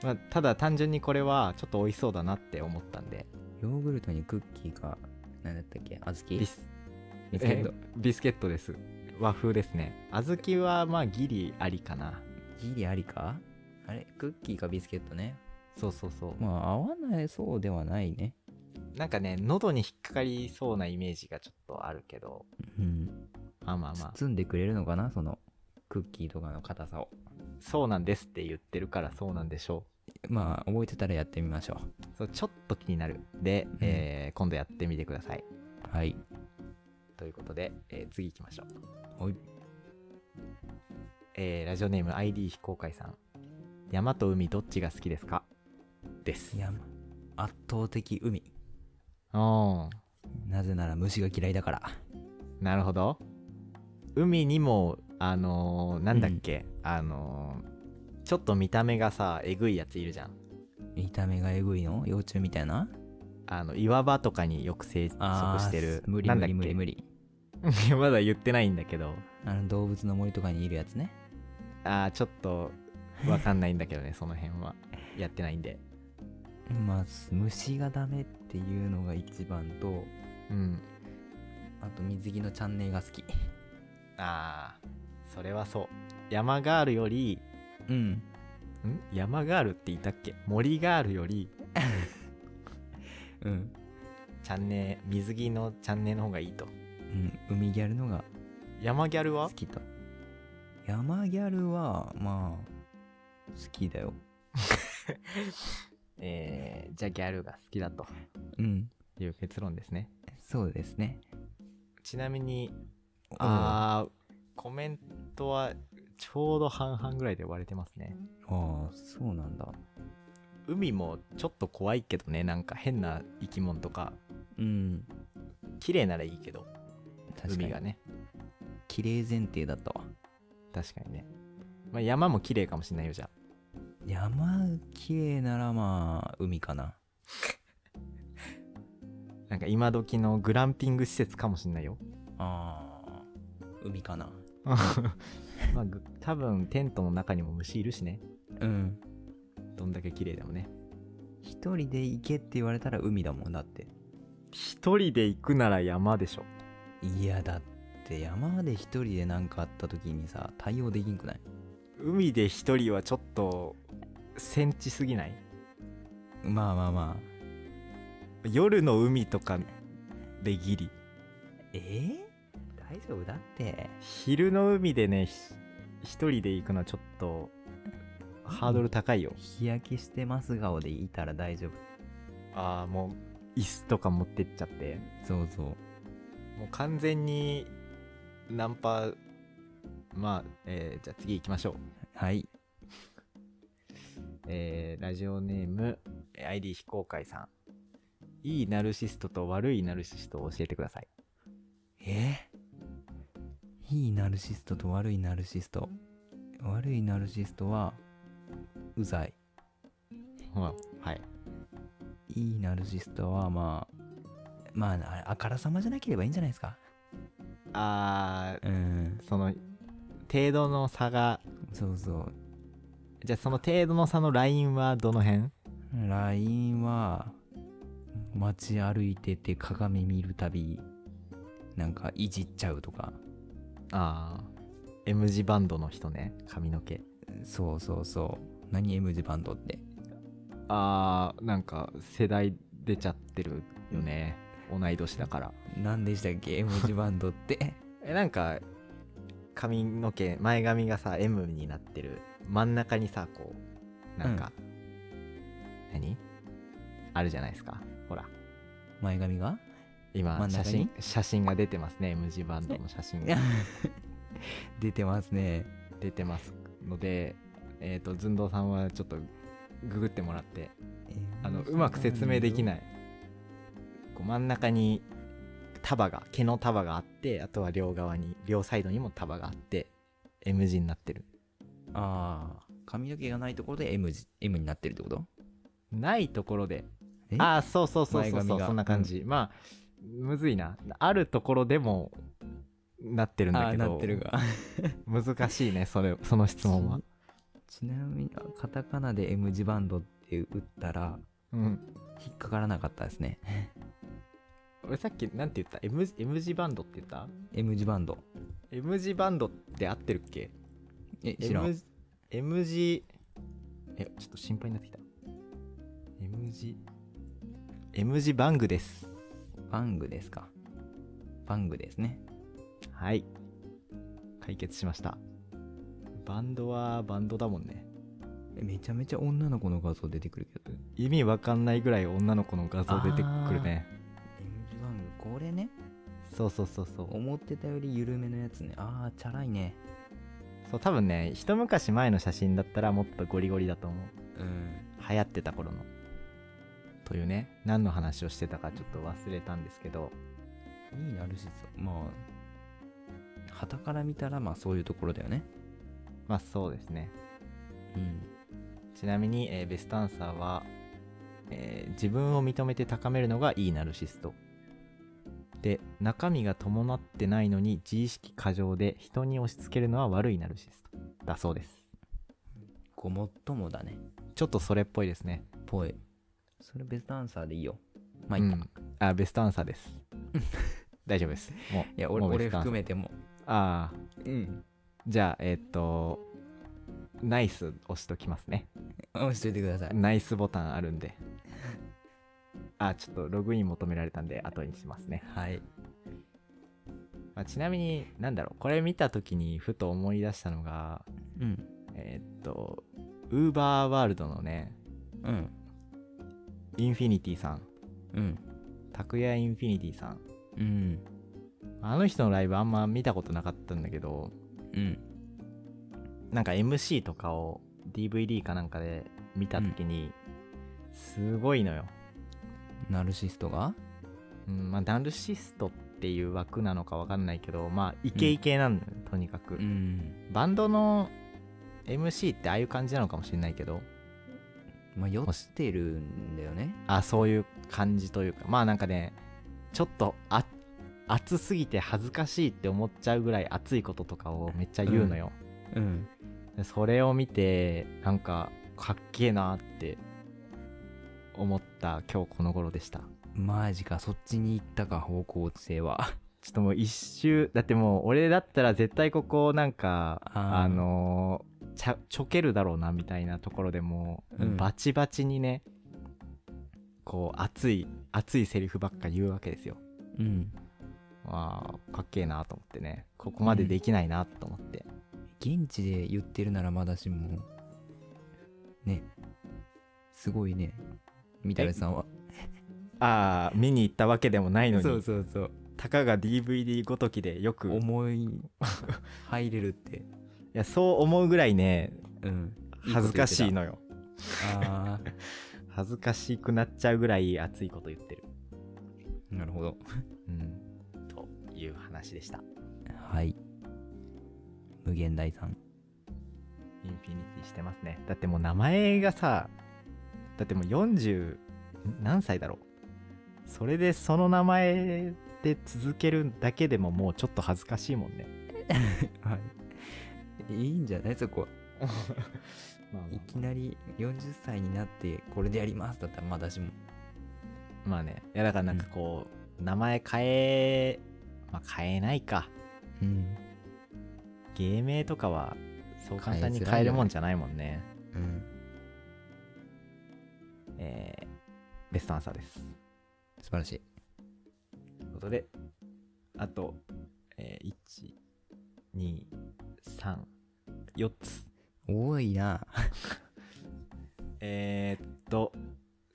Speaker 1: まあ、ただ単純にこれはちょっと美味しそうだなって思ったんで
Speaker 2: ヨーグルトにクッキーか、なんだったっけ小豆
Speaker 1: ビ
Speaker 2: ビ
Speaker 1: ス
Speaker 2: スケット
Speaker 1: え。ビスケットです和風ですね小豆はまあギリありかな
Speaker 2: ギリありかあれクッキーかビスケットね。
Speaker 1: そうそうそう、
Speaker 2: まあ、合わないそうではないね。
Speaker 1: なんかね喉に引っかかりそうなイメージがちょっとあるけど
Speaker 2: うん。
Speaker 1: まあまあまあ
Speaker 2: 包んでくれるのかなその、クッキーとかの硬さを。
Speaker 1: そうなんですって言ってるからそうなんでしょ
Speaker 2: まあ、覚えてたらやってみましょ
Speaker 1: うそうちょっと気になるで、
Speaker 2: ん。
Speaker 1: えー今度やってみてくださいう
Speaker 2: はい。
Speaker 1: ということで、えー次行きましょう
Speaker 2: はい。
Speaker 1: えーラジオネーム ID 非公開さん山と海どっちが好きですかです
Speaker 2: いや圧倒的海
Speaker 1: おー
Speaker 2: なぜなら虫が嫌いだから
Speaker 1: なるほど海にもあのーなんだっけ、あのーちょっと見た目がさえぐいやついるじゃん
Speaker 2: 見た目がえぐいの幼虫みたいな
Speaker 1: あの岩場とかによく生息してる
Speaker 2: 無理
Speaker 1: なん
Speaker 2: 無
Speaker 1: だっ
Speaker 2: 理
Speaker 1: け
Speaker 2: 無理無理
Speaker 1: いや *laughs* まだ言ってないんだけど
Speaker 2: あの動物の森とかにいるやつね
Speaker 1: ああちょっとわかんないんだけどねその辺はやってないんで
Speaker 2: まあ虫がダメっていうのが一番と
Speaker 1: うん
Speaker 2: あと水着のチャンネルが好き
Speaker 1: ああそれはそう山ガールより
Speaker 2: うん
Speaker 1: ん山ガールって言ったっけ森ガールより
Speaker 2: うん、
Speaker 1: チャンネル水着のチャンネルの方がいいと
Speaker 2: うん、海ギャルのが
Speaker 1: 山ギャル
Speaker 2: 好
Speaker 1: は
Speaker 2: きと山ギャルはまあ好きだよ
Speaker 1: えー、じゃあギャルが好きだと
Speaker 2: うん
Speaker 1: いう結論ですね
Speaker 2: そうですね
Speaker 1: ちなみにあーコメントはちょうど半々ぐらいで割れてますね
Speaker 2: ああそうなんだ
Speaker 1: 海もちょっと怖いけどねなんか変な生き物とか
Speaker 2: うん
Speaker 1: 綺麗ならいいけど
Speaker 2: 確か
Speaker 1: 海
Speaker 2: に
Speaker 1: がね
Speaker 2: 綺麗前提だったわ
Speaker 1: 確かにね、まあ、山も綺麗かもしれないよじゃ
Speaker 2: 山綺麗ならまあ海かな
Speaker 1: あなんか今時のグランピング施設かもしれないよ *laughs*
Speaker 2: ああ海かな
Speaker 1: まあぐ多分テントの中にも虫いるしね
Speaker 2: うん
Speaker 1: どんだけ綺麗でもね
Speaker 2: 一人で行けって言われたら海だもんだって
Speaker 1: 一人で行くなら山でしょ
Speaker 2: いやだって山まで一人で何かあった時にさ対応できんくない
Speaker 1: 海で一人はちょっとセンチすぎない
Speaker 2: まあまあまあ
Speaker 1: 夜の海とかでギリ
Speaker 2: えー、大丈夫だって
Speaker 1: 昼の海でねひ一人で行くのはちょっとハードル高いよ
Speaker 2: 日焼けしてます顔でいたら大丈夫
Speaker 1: ああもう椅子とか持ってっちゃって
Speaker 2: そうそう
Speaker 1: もう完全にナンパまあ、えーじゃあ次行きましょう
Speaker 2: はい
Speaker 1: えーラジオネームえー ID 非公開さんいいナルシストと悪いナルシストを教えてください
Speaker 2: えいいナルシストと悪いナルシスト悪いナルシストはうざい
Speaker 1: ははい
Speaker 2: いいナルシストはまあまああれあからさまじゃなければいいんじゃないですか
Speaker 1: あ
Speaker 2: うん
Speaker 1: ーその程度の差が
Speaker 2: そうそう
Speaker 1: じゃあその程度の差のラインはどの辺
Speaker 2: LINE は街歩いてて鏡見るたびなんかいじっちゃうとか
Speaker 1: ああ M 字バンドの人ね髪の毛
Speaker 2: そうそうそう何 M 字バンドって
Speaker 1: あーなんか世代出ちゃってるよね、同い年だから
Speaker 2: 何でしたっけ M 字バンドって *laughs*
Speaker 1: えなんか髪の毛前髪がさ M になってる真ん中にさこうなんか、何あるじゃないですかほら
Speaker 2: 前髪 *laughs* が真
Speaker 1: 今
Speaker 2: ん中
Speaker 1: 写真
Speaker 2: に
Speaker 1: 写真が出てますね M 字バンドの写真
Speaker 2: いや
Speaker 1: が
Speaker 2: 出てますね
Speaker 1: 出てますのでえっ、とずんどうさんはちょっとググってもらってあのうまく説明でき
Speaker 2: い
Speaker 1: ないこう真ん中に束が毛の束があってあとは両側に両サイドにも束があって M 字になってる
Speaker 2: ああ髪の毛がないところで M, 字 M になってるってこと
Speaker 1: ないところで
Speaker 2: え
Speaker 1: ああそうそうそうそう
Speaker 2: 前
Speaker 1: そう
Speaker 2: 髪が
Speaker 1: そんな感じ、まあむずいなあるところでもなってるんだ
Speaker 2: あ
Speaker 1: け
Speaker 2: ー
Speaker 1: ど
Speaker 2: なってるが
Speaker 1: 難しいねそれその質問は、
Speaker 2: *laughs* ちなみにあカタカナで M 字バンドって打ったら
Speaker 1: うん、
Speaker 2: 引っかからなかったですね
Speaker 1: 俺さっきなんて言った M, M 字バンドって言った
Speaker 2: M 字バンド
Speaker 1: ?M 字バンドって合ってるっけ
Speaker 2: え知らん
Speaker 1: M, M 字えちょっと心配になってきた M 字 M 字バングです
Speaker 2: バングですかバングですね
Speaker 1: はい解決しましたバンドはバンドだもんね
Speaker 2: えめちゃめちゃ女の子の画像出てくるけど
Speaker 1: 意味わかんないぐらい女の子の画像出てくるね
Speaker 2: M 字バングこれね
Speaker 1: そうそうそうそう
Speaker 2: 思ってたより緩めのやつねあーチャラいね
Speaker 1: そう多分ね一昔前の写真だったらもっとゴリゴリだと思う
Speaker 2: うん
Speaker 1: 流行ってた頃のというね何の話をしてたかちょっと忘れたんですけど
Speaker 2: いいナルシストまあ旗から見たらまあそういうところだよね
Speaker 1: まあそうですね
Speaker 2: うん
Speaker 1: ちなみに、えーベストアンサーは、えー自分を認めて高めるのがいいナルシストで中身が伴ってないのに自意識過剰で人に押し付けるのは悪いナルシストだそうです
Speaker 2: ごもっともだね。
Speaker 1: ちょっとそれっぽいですね
Speaker 2: ぽい。それベストアンサーでいいよ。まあ、いっか。
Speaker 1: うんあベストアンサーです
Speaker 2: *laughs*
Speaker 1: 大丈夫ですもう
Speaker 2: いや、俺
Speaker 1: もう
Speaker 2: 俺
Speaker 1: 別段
Speaker 2: 含めても。
Speaker 1: ああ
Speaker 2: うん。
Speaker 1: じゃあえっとナイス押しときますね
Speaker 2: 押しといてください。
Speaker 1: ナイスボタンあるんであちょっとログイン求められたんで後にしますね、
Speaker 2: はい。
Speaker 1: まあ、ちなみになんだろうこれ見た時にふと思い出したのが
Speaker 2: うん。
Speaker 1: えっとウーバーワールドのね
Speaker 2: うん。
Speaker 1: インフィニティさん
Speaker 2: うん。
Speaker 1: 拓也インフィニティさん
Speaker 2: うん。
Speaker 1: あの人のライブあんま見たことなかったんだけど
Speaker 2: うん。
Speaker 1: なんか MC とかを DVD かなんかで見た時に、すごいのよ、
Speaker 2: ナルシストが
Speaker 1: うんまあ、ナルシストっていう枠なのかわかんないけどまあイケイケなのよ、とにかく、
Speaker 2: ん。
Speaker 1: バンドの MC ってああいう感じなのかもしれないけど
Speaker 2: まあ、酔ってるんだよね。
Speaker 1: あそういう感じというかまあなんかねちょっとあ熱すぎて恥ずかしいって思っちゃうぐらい熱いこととかをめっちゃ言うのよ、
Speaker 2: うん。
Speaker 1: でそれを見てなんかかっけえなって思った今日この頃でした
Speaker 2: マジか、そっちに行ったか、方向性は。
Speaker 1: ちょっともう一周だってもう俺だったら絶対ここなんか
Speaker 2: あー
Speaker 1: あのーちゃちょけるだろうなみたいなところでもう、
Speaker 2: うん
Speaker 1: バチバチにねこう熱い熱いセリフばっか言うわけですよ
Speaker 2: うん。
Speaker 1: まあかっけえなと思ってねここまでできないなと思って、
Speaker 2: 現地で言ってるならまだしも、ね。すごいね。みたらしさんは。
Speaker 1: ああ見に行ったわけでもないのに
Speaker 2: そうそうそう。
Speaker 1: たかが DVD ごときでよくい
Speaker 2: 思い、入れるって。
Speaker 1: やそう思うぐらいね
Speaker 2: うん。
Speaker 1: 恥ずかしいのよ
Speaker 2: あ
Speaker 1: 恥ずかしくなっちゃうぐらい熱いこと言ってる
Speaker 2: あ、 *laughs* なるほど。
Speaker 1: うん、という話でした。
Speaker 2: はい。無限大さん。
Speaker 1: インフィニティしてますね。だってもう名前がさ、だってもう40ん何歳だろう。それでその名前で続けるだけでももうちょっと恥ずかしいもんね。
Speaker 2: はい。いいんじゃないそこ。
Speaker 1: まあ
Speaker 2: いきなり40歳になってこれでやりますだったらまだしも。
Speaker 1: まあね、いやだからなんかこう、名前変え、まあ変えないか。
Speaker 2: うん。
Speaker 1: 芸名とかはそう簡単に
Speaker 2: 変えづらいよね
Speaker 1: 変えるもんじゃないもんね。
Speaker 2: うん。
Speaker 1: えー、ベストアンサーです。
Speaker 2: 素晴らしい。
Speaker 1: ということで、あと、えー、1、2、3、4つ。
Speaker 2: 多いな。
Speaker 1: えー、っと、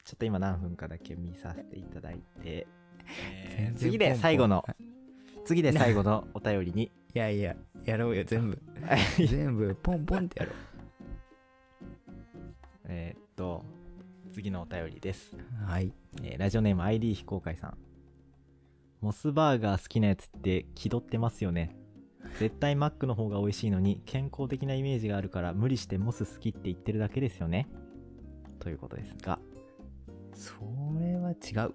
Speaker 1: ちょっと今何分かだけ見させていただいて、えー
Speaker 2: 全然
Speaker 1: 次で
Speaker 2: ポンポン
Speaker 1: 最後の、次で最後のお便りに、
Speaker 2: いやいや、やろうよ、全部。 *laughs* 全部、ポンポンってやろ
Speaker 1: えー、っと、次のお便りです。
Speaker 2: う。はい。
Speaker 1: えーラジオネーム ID 非公開さん。モスバーガー好きなやつって気取ってますよね。絶対マックの方が美味しいのに健康的なイメージがあるから無理してモス好きって言ってるだけですよね。ということですが、
Speaker 2: それは違う。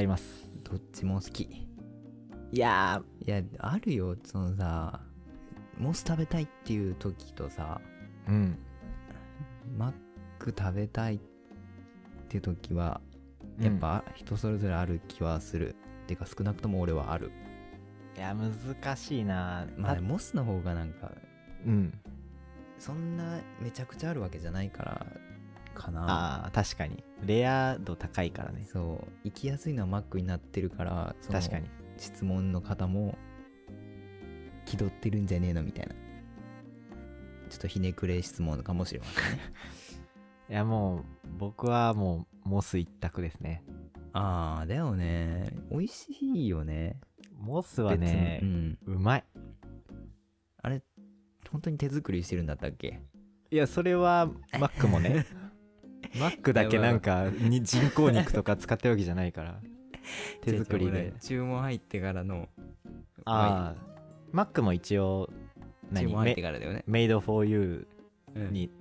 Speaker 1: 違います。
Speaker 2: どっちも好き。い
Speaker 1: いや
Speaker 2: や、あるよ、そのさ、モス食べたいっていう時とさ、
Speaker 1: ー、うん。
Speaker 2: マック食べたいって時は、やっ、ぱ人それぞれある気はする。てか少なくとも俺はある。
Speaker 1: いや、難しいな
Speaker 2: まあ、
Speaker 1: た
Speaker 2: モスの方がなんか、
Speaker 1: うん。
Speaker 2: そんなめちゃくちゃあるわけじゃないから、かな。
Speaker 1: ああ、確かに。レア度高いからね。
Speaker 2: そう、行きやすいのはマックになってるから、その
Speaker 1: 確かに。
Speaker 2: 質問の方も、気取ってるんじゃねえのみたいな。ちょっとひねくれ質問かもしれませんね。
Speaker 1: いや、もう、僕はもう、モス一択ですね。
Speaker 2: ああ、だよね。美味しいよね。
Speaker 1: モスはね
Speaker 2: 別、にうん。
Speaker 1: うまい。
Speaker 2: あれ、本当に手作りしてるんだったっけ
Speaker 1: いやそれはマックも *laughs* ねマックだけなんかに人工肉とか使ってるわけじゃない *laughs* から手作り
Speaker 2: 違う違う
Speaker 1: で
Speaker 2: 俺注文入ってからの
Speaker 1: ああマックも一応
Speaker 2: 注
Speaker 1: 何
Speaker 2: 文入って
Speaker 1: メ
Speaker 2: からだよね
Speaker 1: メイドフォーユ
Speaker 2: う
Speaker 1: ー
Speaker 2: ん
Speaker 1: に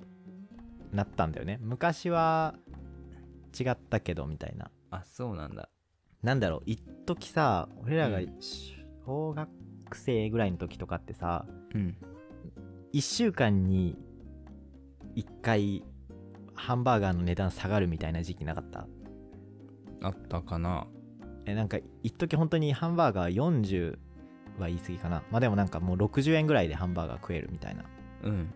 Speaker 1: なったんだよね昔は違ったけどみたいな
Speaker 2: あそうなんだ
Speaker 1: なんだろう一時さ俺らが
Speaker 2: うん
Speaker 1: 小学生ぐらいの時とかってさ、
Speaker 2: うん
Speaker 1: 1週間に1回ハンバーガーの値段下がるみたいな時期なかった
Speaker 2: あったかな
Speaker 1: えなんか一時本当にハンバーガー40は言い過ぎかなまあでもなんかもう60円ぐらいでハンバーガー食えるみたいな
Speaker 2: うん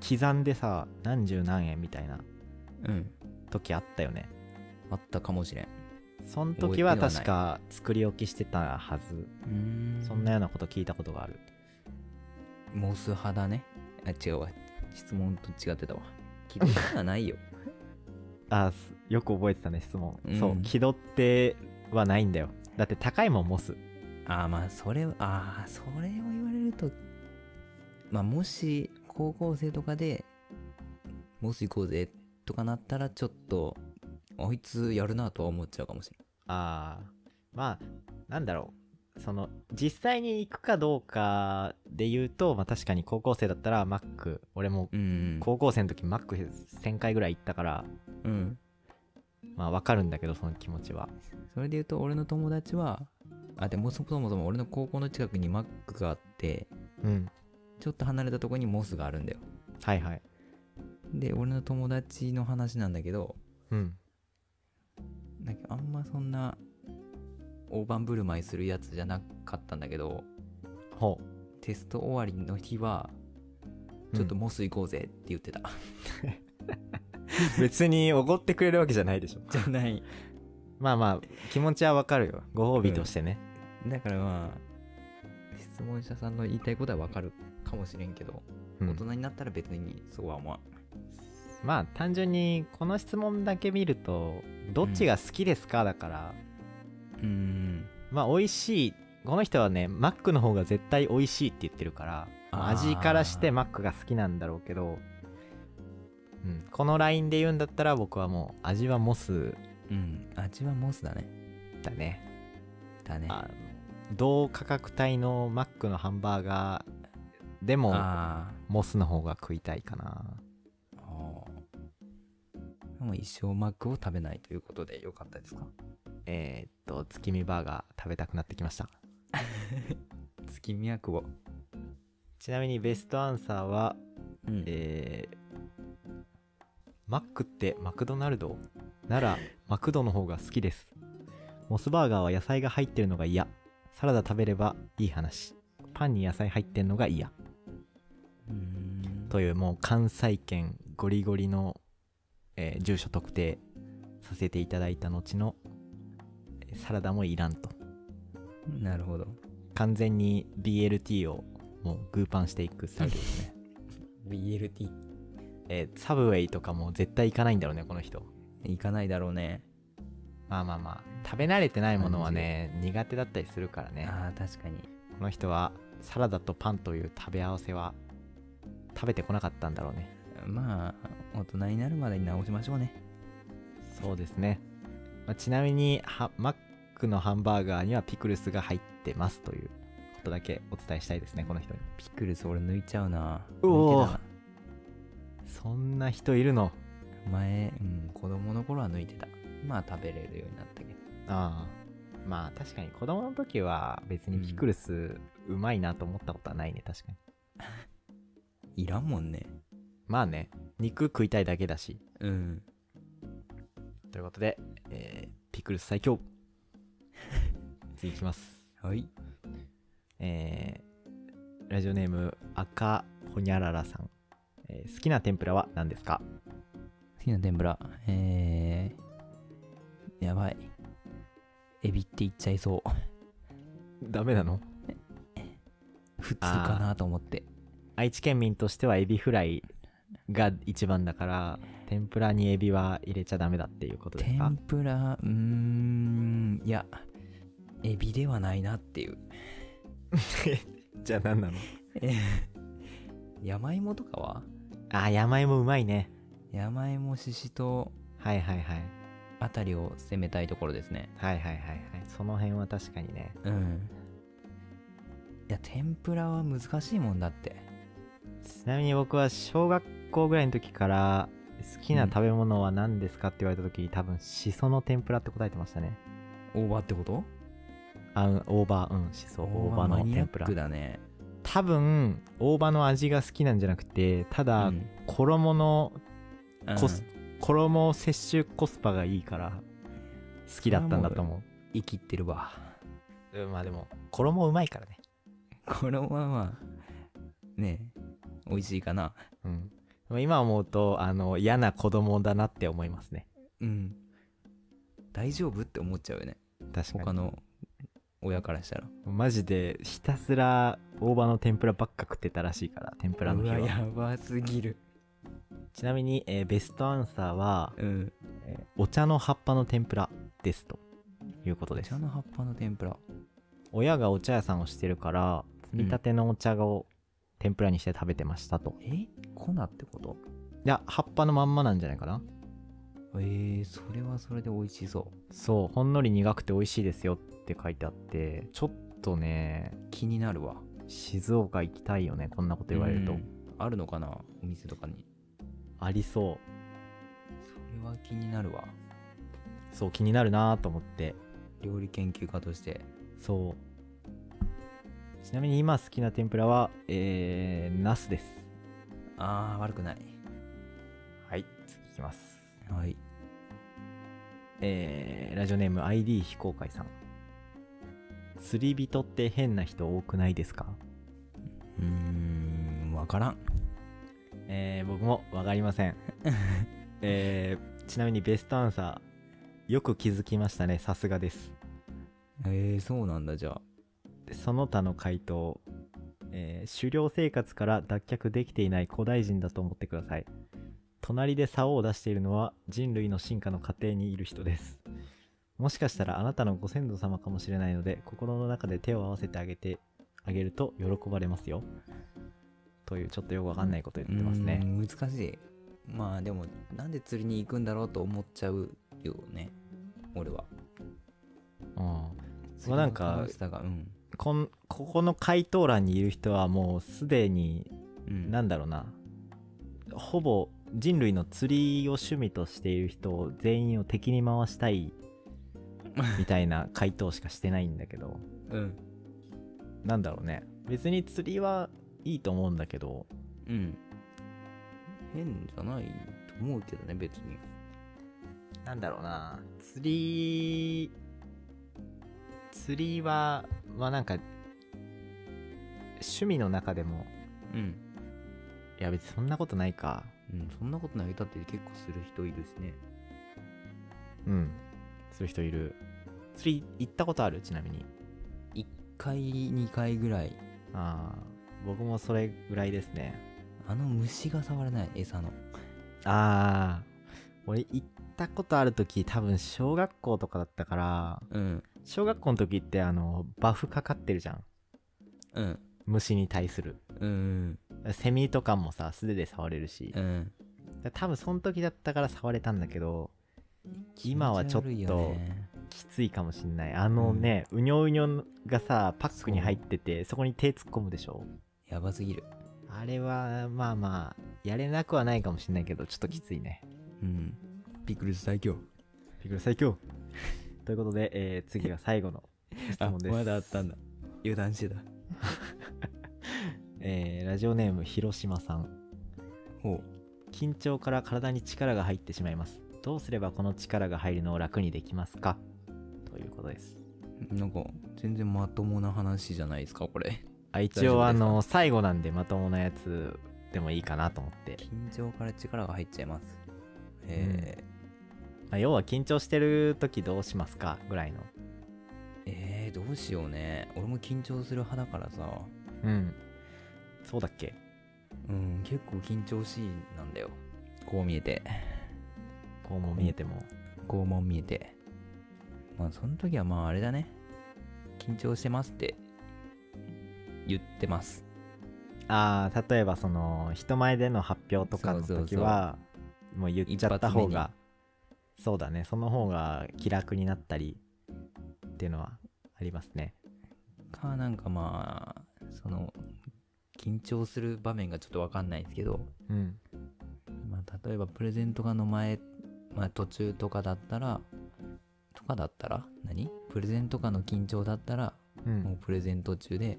Speaker 1: 刻んでさ何十何円みたいな
Speaker 2: うん
Speaker 1: 時あったよね
Speaker 2: あったかもしれん
Speaker 1: その時は
Speaker 2: 覚えてはない
Speaker 1: 確か作り置きしてたはず
Speaker 2: うん
Speaker 1: そんなようなこと聞いたことがある
Speaker 2: モス派だねあ違うわ質問と違ってたわ気取ってはないよ *laughs*
Speaker 1: あすよく覚えてたね質問、
Speaker 2: うん
Speaker 1: そう気取ってはないんだよだって高いもんモス
Speaker 2: ああまあそれああそれを言われるとまあもし高校生とかでモス行こうぜとかなったらちょっとあいつやるなとは思っちゃうかもしれ
Speaker 1: ああまあなんだろうその実際に行くかどうかで言うと、まあ、確かに高校生だったらマック俺も
Speaker 2: んうん
Speaker 1: 高校生の時マック1000回ぐらい行ったから
Speaker 2: うん
Speaker 1: まあわかるんだけどその気持ちは
Speaker 2: それで言うと俺の友達はあでもそもそもそも俺の高校の近くにマックがあって
Speaker 1: うん
Speaker 2: ちょっと離れたとこにモスがあるんだよ
Speaker 1: はいはい
Speaker 2: で俺の友達の話なんだけど
Speaker 1: うん
Speaker 2: なんかあんまそんな大盤振る舞いするやつじゃなかったんだけど
Speaker 1: ほう
Speaker 2: テスト終わりの日は
Speaker 1: うん
Speaker 2: ちょっとモス行こうぜって言ってた、
Speaker 1: 別におごってくれるわけじゃないでしょ
Speaker 2: *laughs* じゃない
Speaker 1: まあまあ気持ちはわかるよご褒美としてね、
Speaker 2: だからまあ質問者さんの言いたいことはわかるかもしれんけど、
Speaker 1: うん
Speaker 2: 大人になったら別にそうは思わん
Speaker 1: まあ単純にこの質問だけ見るとどっちが好きですかだから、
Speaker 2: うん
Speaker 1: まあ美味しいこの人はねマックの方が絶対美味しいって言ってるから
Speaker 2: あー
Speaker 1: 味からしてマックが好きなんだろうけど、うん、このラインで言うんだったら僕はもう味はモス
Speaker 2: うん味はモスだね
Speaker 1: だね
Speaker 2: だね
Speaker 1: あの同価格帯のマックのハンバーガーでも
Speaker 2: あ
Speaker 1: モスの方が食いたいかな
Speaker 2: ーあーもう一生マックを食べないということでよかったですか
Speaker 1: えーっと月見バーガー食べたくなってきました
Speaker 2: 月見役を
Speaker 1: ちなみにベストアンサーは
Speaker 2: うん
Speaker 1: えーマックってマクドナルドならマクドの方が好きですモスバーガーは野菜が入ってるのが嫌サラダ食べればいい話パンに野菜入ってんのが嫌
Speaker 2: うーん
Speaker 1: というもう関西圏ゴリゴリの、えー住所特定させていただいた後のえーサラダもいらんと
Speaker 2: なるほど
Speaker 1: 完全に BLT をもうグーパンしていくスタイルですね、
Speaker 2: BLT
Speaker 1: えーサブウェイとかも絶対行かないんだろうねこの人
Speaker 2: 行かないだろうね
Speaker 1: まあまあまあ食べ慣れてないものはね苦手だったりするからね
Speaker 2: あー確かに
Speaker 1: この人はサラダとパンという食べ合わせは食べてこなかったんだろうね
Speaker 2: まあ大人になるまでに直しましょうね
Speaker 1: そうですね、まあちなみにはマックのハンバーガーにはピクルスが入ってますということだけお伝えしたいですねこの人に
Speaker 2: ピクルス俺抜いちゃうな
Speaker 1: うおー
Speaker 2: 抜いて
Speaker 1: そんな人いるの
Speaker 2: た前、うん、子供の頃は抜いてたまあ食べれるようになったけど
Speaker 1: ああまあ確かに子供の時は別にピクルスうまいなと思ったことはないね確かに
Speaker 2: いらんもんね
Speaker 1: まあね肉食いたいだけだし
Speaker 2: うん
Speaker 1: ということで、えーピクルス最強次いきます
Speaker 2: はい
Speaker 1: えーラジオネーム赤ほにゃららさん、えー好きな天ぷらは何ですか
Speaker 2: 好きな天ぷらえー、やばいエビって言っちゃいそう *laughs*
Speaker 1: ダメなの
Speaker 2: 普通かなと思って
Speaker 1: 愛知県民としてはエビフライが一番だから天ぷらにエビは入れちゃダメだっていうことですか
Speaker 2: 天ぷらうーんいやエビではないなっていう
Speaker 1: じゃあ何なの
Speaker 2: *laughs* 山芋とかは
Speaker 1: あー山芋うまいね
Speaker 2: 山芋ししと
Speaker 1: はいはいはい
Speaker 2: あたりを攻めたいところですね
Speaker 1: はいはいはいはいその辺は確かにね
Speaker 2: うんいや天ぷらは難しいもんだって
Speaker 1: ちなみに僕は小学校ぐらいの時から好きな食べ物は何ですかって言われた時、多分しその天ぷらって答えてましたね
Speaker 2: オーバーってこと
Speaker 1: あうん大葉うんしそ大葉
Speaker 2: マ
Speaker 1: の
Speaker 2: ニア
Speaker 1: 天
Speaker 2: ッ
Speaker 1: ぷら
Speaker 2: クだね。
Speaker 1: 多分大葉の味が好きなんじゃなくてただ、
Speaker 2: うん
Speaker 1: 衣の
Speaker 2: うん
Speaker 1: コス衣摂取コスパがいいから好きだったんだと思
Speaker 2: 生きってるわ。
Speaker 1: ううんまあでも衣うまいからね
Speaker 2: これはまあ、ねえ、美味しいかな。
Speaker 1: うんまあ今思うとあの嫌な子供だなって思いますね
Speaker 2: うん。大丈夫って思っちゃうよね。
Speaker 1: 確か
Speaker 2: 他
Speaker 1: に
Speaker 2: の親からしたら。
Speaker 1: マジでひたすら大葉の天ぷらばっか食ってたらしいから天ぷらの日
Speaker 2: うわ
Speaker 1: は
Speaker 2: やばすぎる。
Speaker 1: ちなみに、えーベストアンサーは、
Speaker 2: うん。
Speaker 1: えーお茶の葉っぱの天ぷらですということ
Speaker 2: お
Speaker 1: です
Speaker 2: 茶の葉っぱの天ぷら。
Speaker 1: 親がお茶屋さんをしてるから摘みたてのお茶を天ぷらにして食べてましたと、
Speaker 2: え粉ってこと
Speaker 1: いや葉っぱのまんまなんじゃないかな
Speaker 2: えー、それはそれで美味しそ
Speaker 1: そうほんのり苦くて美味しいですよって書いてあってちょっとね
Speaker 2: う。気になるわ。
Speaker 1: 静岡行きたいよねこんなこと言われると、
Speaker 2: うんあるのかなお店とかに。
Speaker 1: ありそう
Speaker 2: それは気になるわ。
Speaker 1: そう気になるなと思って
Speaker 2: 料理研究家として。
Speaker 1: そうちなみに今好きな天ぷらはえー、ナスです
Speaker 2: あー、悪くない。
Speaker 1: はい次いきます
Speaker 2: はい。
Speaker 1: えーラジオネーム ID 非公開さん釣り人って変な人多くないですか
Speaker 2: うーん、わからん。
Speaker 1: えー僕もわかりませ *laughs* んえーちなみにベストアンサーよく気づきましたねさすがです
Speaker 2: えー、そうなんだ、じゃあ。
Speaker 1: その他の回答、えー狩猟生活から脱却できていない古代人だと思ってください隣で竿を出しているのは人類の進化の過程にいる人ですもしかしたらあなたのご先祖様かもしれないので心の中で手を合わせてあげてあげると喜ばれますよというちょっとよくわかんないこと言ってます
Speaker 2: うー
Speaker 1: ね
Speaker 2: ん難しいまあでもなんで釣りに行くんだろうと思っちゃうよね俺は
Speaker 1: うんまあなんか
Speaker 2: 釣りの楽しさがうん、
Speaker 1: こんここの回答欄にいる人はもうすでに
Speaker 2: うん、
Speaker 1: なんだろうなほぼ人類の釣りを趣味としている人を全員を敵に回したいみたいな回答しかしてないんだけど *laughs*
Speaker 2: うん
Speaker 1: なんだろうね別に釣りはいいと思うんだけど
Speaker 2: うん変じゃないと思うけどね別に
Speaker 1: なんだろうな釣り釣りはまあなんか趣味の中でも
Speaker 2: うん、
Speaker 1: いや別にそんなことないか
Speaker 2: うん、そんなことないだって結構する人いるしね
Speaker 1: うんする人いる釣り行ったことあるちなみに
Speaker 2: 1回2回ぐらい
Speaker 1: ああ僕もそれぐらいですね
Speaker 2: あの虫が触れない餌の
Speaker 1: ああ俺行ったことある時多分小学校とかだったから
Speaker 2: うん
Speaker 1: 小学校の時ってあのバフかかってるじゃん
Speaker 2: うん
Speaker 1: 虫に対する
Speaker 2: うん
Speaker 1: セミとかもさ素手で触れるし
Speaker 2: うん
Speaker 1: 多分その時だったから触れたんだけど今はちょっと
Speaker 2: 気持ち悪いよね
Speaker 1: きついかもしんないあのね、うにょうにょがさパックに入っててそこに手突っ込むでしょ
Speaker 2: やばすぎる
Speaker 1: あれはまあまあやれなくはないかもしんないけどちょっときついね
Speaker 2: うんピクルス最強
Speaker 1: ピクル最強ということで、えー次が最後 *laughs* の質問です。
Speaker 2: まだあったんだ油断してた
Speaker 1: えーラジオネーム広島さん。
Speaker 2: ほ
Speaker 1: 緊張から体に力が入ってしまいます。どうすればこの力が入るのを楽にできますかということです。
Speaker 2: うなんか全然まともな話じゃないですかこれ
Speaker 1: あ一応
Speaker 2: 大丈夫ですか
Speaker 1: あの最後なんでまともなやつでもいいかなと思って。
Speaker 2: 緊張から力が入っちゃいますえ
Speaker 1: まあ、要は緊張してる時どうしますかぐらいの。
Speaker 2: ー、えー、どうしようね俺も緊張する派だからさ
Speaker 1: うん。そうだっけ
Speaker 2: うん結構緊張しいなんだよこう見えて
Speaker 1: こうも見えても。
Speaker 2: 拷問見えてまあその時はまああれだね緊張してますって言ってます
Speaker 1: ああ、例えばその人前での発表とかの
Speaker 2: そうそう
Speaker 1: 時
Speaker 2: そう
Speaker 1: は、もう言っちゃった方
Speaker 2: 一
Speaker 1: が
Speaker 2: 発、
Speaker 1: そうだね、その方が気楽になったりっていうのはありますね。
Speaker 2: かなんかまあその緊張する場面がちょっとわかんないですけど
Speaker 1: うん。
Speaker 2: まあ、例えばプレゼントがの前、まあ、途中とかだったらとかだったら何プレゼントかの緊張だったら、
Speaker 1: う、
Speaker 2: もうんプレゼント中で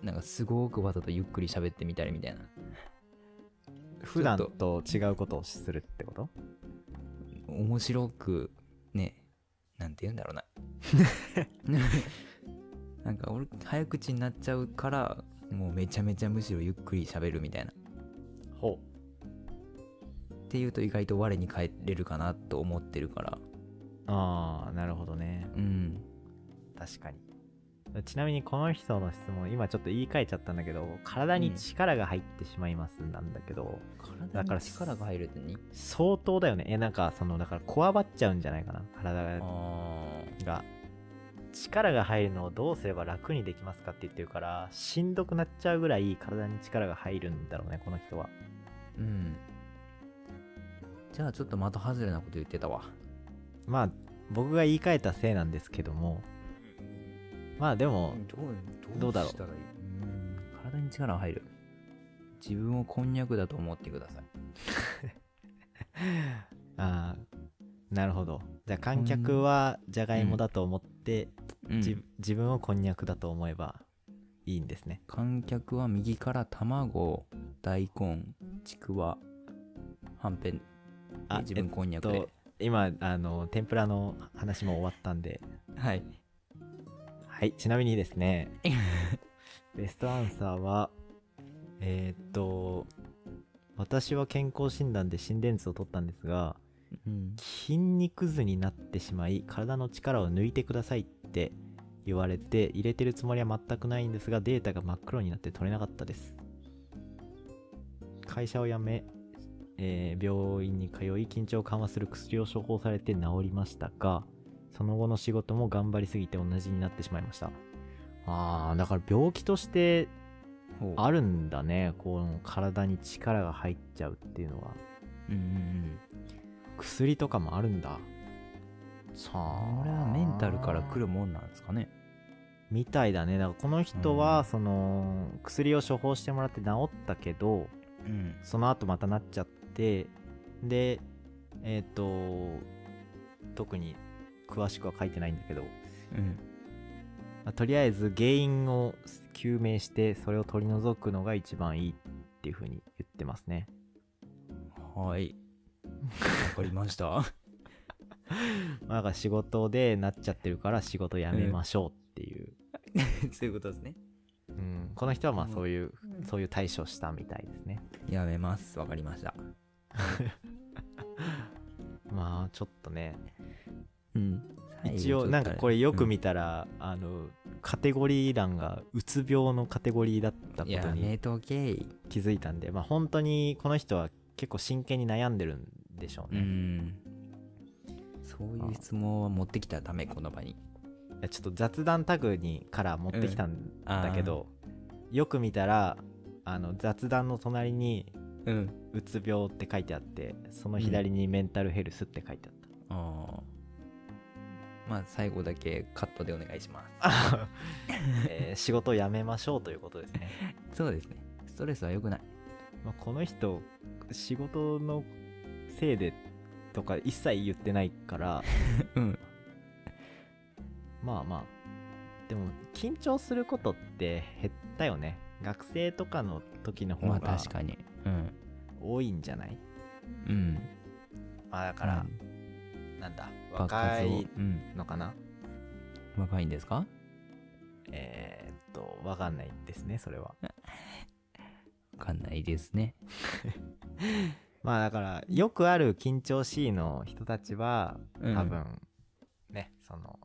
Speaker 2: なんかすごくわざとゆっくり喋ってみたりみたいな
Speaker 1: 普段と違うことをするってこと
Speaker 2: 面白くねなんて言うんだろう *laughs* ななんか俺早口になっちゃうからもうめちゃめちゃむしろゆっくり喋るみたいな
Speaker 1: ほ
Speaker 2: っていうと意外と我に返れるかなと思ってるから
Speaker 1: うああなるほどね
Speaker 2: うん
Speaker 1: 確かにちなみにこの人の質問今ちょっと言い換えちゃったんだけど体に力が入ってしまいますなんだけど、だ
Speaker 2: 体
Speaker 1: から
Speaker 2: に力が入るってに
Speaker 1: 相当だよねえなんかそのだからこわばっちゃうんじゃないかな体
Speaker 2: あ
Speaker 1: が力が入るのをどうすれば楽にできますかって言ってるからしんどくなっちゃうぐらい体に力が入るんだろうねこの人は
Speaker 2: ーうんじゃあちょっと的外れなこと言ってたわ
Speaker 1: まあ僕が言い換えたせいなんですけどもまあでも
Speaker 2: どう
Speaker 1: どうだろう
Speaker 2: したらいいうん体に力が入る自分をこんにゃくだと思ってください
Speaker 1: あーなるほどじゃあ観客はじゃがいもだと思って、
Speaker 2: うん
Speaker 1: じ自分をこんにゃくだと思えばいいんですね
Speaker 2: 観客は右から卵大根ちくわはんぺんで
Speaker 1: あ
Speaker 2: 自分こんにゃくで、
Speaker 1: えっ今あの天ぷらの話も終わったんで
Speaker 2: はい
Speaker 1: はいちなみにですねベストアンサーはえーっと私は健康診断で心電図を取ったんですが
Speaker 2: うん
Speaker 1: 筋肉図になってしまい体の力を抜いてくださいって言われて入れてるつもりは全くないんですがデータが真っ黒になって取れなかったです会社を辞め、えー病院に通い緊張を緩和する薬を処方されて治りましたがその後の仕事も頑張りすぎて同じになってしまいましたあーだから病気として
Speaker 2: ほう
Speaker 1: あるんだねこの体に力が入っちゃうっていうのは
Speaker 2: うんうん
Speaker 1: 薬とかもあるんださ
Speaker 2: うん
Speaker 1: あ
Speaker 2: これはメンタルから来るもんなんですかね
Speaker 1: みたいだねだからこの人
Speaker 2: う
Speaker 1: は
Speaker 2: ん
Speaker 1: その薬を処方してもらって治ったけど
Speaker 2: うん
Speaker 1: その後またなっちゃってでえっ、と特に詳しくは書いてないんだけど、ま
Speaker 2: うん
Speaker 1: あとりあえず原因を究明してそれを取り除くのが一番いいっていう風に言ってますね
Speaker 2: はいわかりました
Speaker 1: *laughs* まあだから仕事でなっちゃってるから仕事辞めましょうっていう、
Speaker 2: そういうことですね
Speaker 1: うんこの人はまあ
Speaker 2: うん
Speaker 1: そういう、そういう対処したみたいですね
Speaker 2: やめますわかりました
Speaker 1: まあちょっとね
Speaker 2: うん
Speaker 1: 一応なんかこれよく見たら、あのカテゴリー欄がうつ病のカテゴリーだったこ
Speaker 2: や
Speaker 1: とに
Speaker 2: めとけい
Speaker 1: 気づいたんでまあ本当にこの人は結構真剣に悩んでるんでしょう
Speaker 2: う
Speaker 1: ね、
Speaker 2: んそういう質問は持ってきたらダメこの場に
Speaker 1: いやちょっと雑談タグにから持ってきたんだけど、よく見たらあの雑談の隣に
Speaker 2: うん
Speaker 1: うつ病って書いてあってその左にメンタルヘルスって書いてあった、
Speaker 2: ああまあ最後だけカットでお願いしま *laughs*
Speaker 1: えー仕事を辞めましょうということですね
Speaker 2: すそうですねストレスは良くない
Speaker 1: まあ、この人仕事のせいでとか一切言ってないから
Speaker 2: *laughs* うん
Speaker 1: まあまあでも緊張することって減ったよね学生とかの時の方
Speaker 2: まあ
Speaker 1: が
Speaker 2: 確かにうん
Speaker 1: 多いんじゃない、
Speaker 2: うん
Speaker 1: まあだから、
Speaker 2: うん
Speaker 1: なんだ
Speaker 2: 爆
Speaker 1: 若
Speaker 2: 発を
Speaker 1: い
Speaker 2: うん
Speaker 1: のかな
Speaker 2: 若いんですか
Speaker 1: えーっとわかんないですねそれは
Speaker 2: わかんないですね
Speaker 1: まあだからよくある緊張しいの人たちは
Speaker 2: うん
Speaker 1: 多分、ねその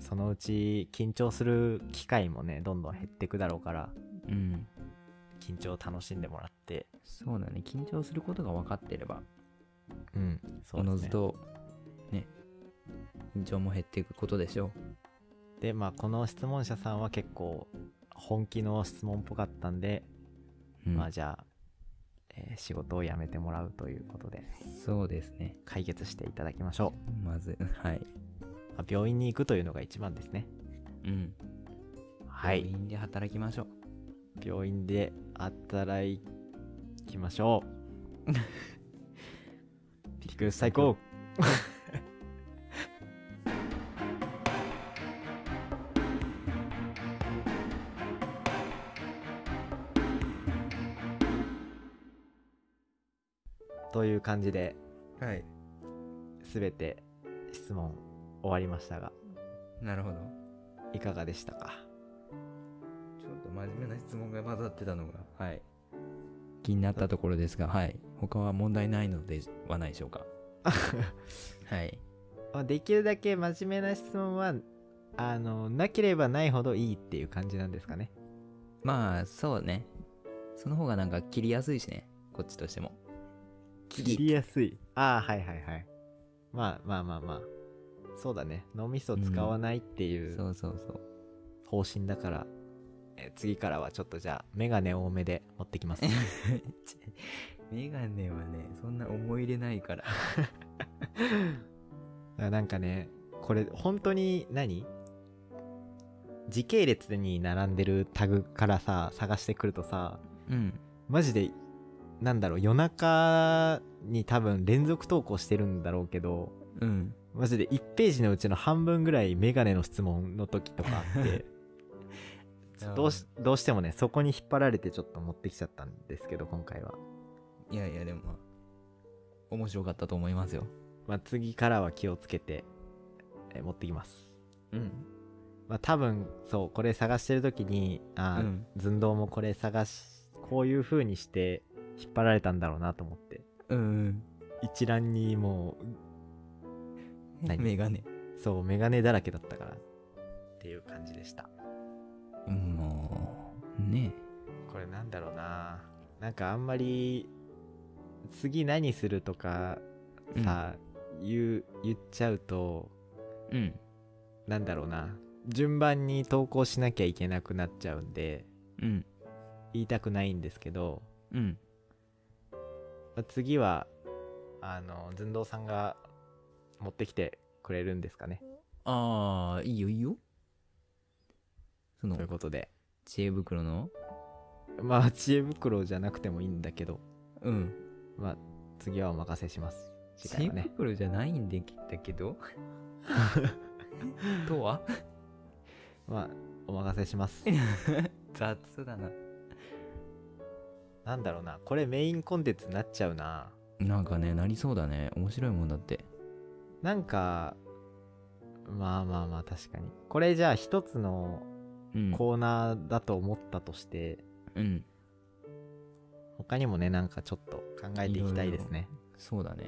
Speaker 1: そのうち緊張する機会もねどんどん減ってくだろうから
Speaker 2: うん
Speaker 1: 緊張を楽しんでもらって
Speaker 2: そうだね緊張することが分かってれば
Speaker 1: うんそ
Speaker 2: お
Speaker 1: う
Speaker 2: の
Speaker 1: で
Speaker 2: ず
Speaker 1: すね
Speaker 2: とね緊張も減っていくことでしょ
Speaker 1: でまあこの質問者さんは結構本気の質問っぽかったんで、
Speaker 2: う、うん
Speaker 1: まあじゃあ、えー仕事を辞めてもらうということで
Speaker 2: そうですね
Speaker 1: 解決していただきましょ、
Speaker 2: まず *laughs* はいう
Speaker 1: まあ病院に行くというのが一番ですね
Speaker 2: うん
Speaker 1: はい
Speaker 2: 病院で働きましょう
Speaker 1: 病院で働きましょうピクルス最高 *laughs* という感じで
Speaker 2: はい
Speaker 1: 全て質問終わりましたが
Speaker 2: なるほど
Speaker 1: いかがでしたか
Speaker 2: ちょっと真面目な質問が混ざってたのがはい気になったところですがはい他は問題ないのではないでしょうかはい
Speaker 1: まあできるだけ真面目な質問はあのなければないほどいいっていう感じなんですかね
Speaker 2: まあそうねその方がなんか切りやすいしねこっちとしても
Speaker 1: 切りやすいああはいはいはいまあまあまあまあそうだね脳みそ使わないってい
Speaker 2: そううそうそう
Speaker 1: 方針だから、え次からはちょっとじゃあメガネ多めで持ってき
Speaker 2: *laughs*
Speaker 1: ます
Speaker 2: *laughs* メガネはねそんな思い入れないから
Speaker 1: なんかねこれ本当に何時系列に並んでるタグからさ探してくるとさ
Speaker 2: うん
Speaker 1: マジでなんだろう夜中に多分連続投稿してるんだろうけど
Speaker 2: うん
Speaker 1: マジで1ページのうちの半分ぐらいメガネの質問の時とかあって
Speaker 2: *laughs*
Speaker 1: どうしどうしてもねそこに引っ張られてちょっと持ってきちゃったんですけど今回はい
Speaker 2: やいやでもまあ面白かったと思いますよ
Speaker 1: まあ、次からは気をつけて、え持ってきます。
Speaker 2: うん
Speaker 1: まあ、多分そうこれ探してる時にあー、
Speaker 2: うん
Speaker 1: 寸胴もこれ探しこういう風にして引っ張られたんだろうなと思って
Speaker 2: うん
Speaker 1: 一覧にも何
Speaker 2: メガネ
Speaker 1: うそうメガネだらけだったからっていう感じでした
Speaker 2: もうね
Speaker 1: これなんだろうななんかあんまり次何するとかさ、言う言っちゃうと
Speaker 2: うん
Speaker 1: なんだろうな順番に投稿しなきゃいけなくなっちゃうんで
Speaker 2: うん
Speaker 1: 言いたくないんですけど、
Speaker 2: うん
Speaker 1: まあ次はあの寸胴さんが持ってきてくれるんですかね
Speaker 2: ああいいよいいよその
Speaker 1: ということで
Speaker 2: 知恵袋の
Speaker 1: まあ知恵袋じゃなくてもいいんだけど
Speaker 2: うん
Speaker 1: まあ次はお任せします次
Speaker 2: 知
Speaker 1: 回
Speaker 2: 恵
Speaker 1: はね
Speaker 2: 袋じゃないんできた
Speaker 1: *laughs*
Speaker 2: けどとは
Speaker 1: まあお任せします
Speaker 2: 雑だな
Speaker 1: なんだろうなこれメインコンテンツになっちゃうな
Speaker 2: なんかねなりそうだね面白いもんだって
Speaker 1: なんかまあまあまあ確かにこれじゃあ一つの
Speaker 2: うん
Speaker 1: コーナーだと思ったとして、
Speaker 2: うん
Speaker 1: 他にもねなんかちょっと考えていきたいですね
Speaker 2: そうだね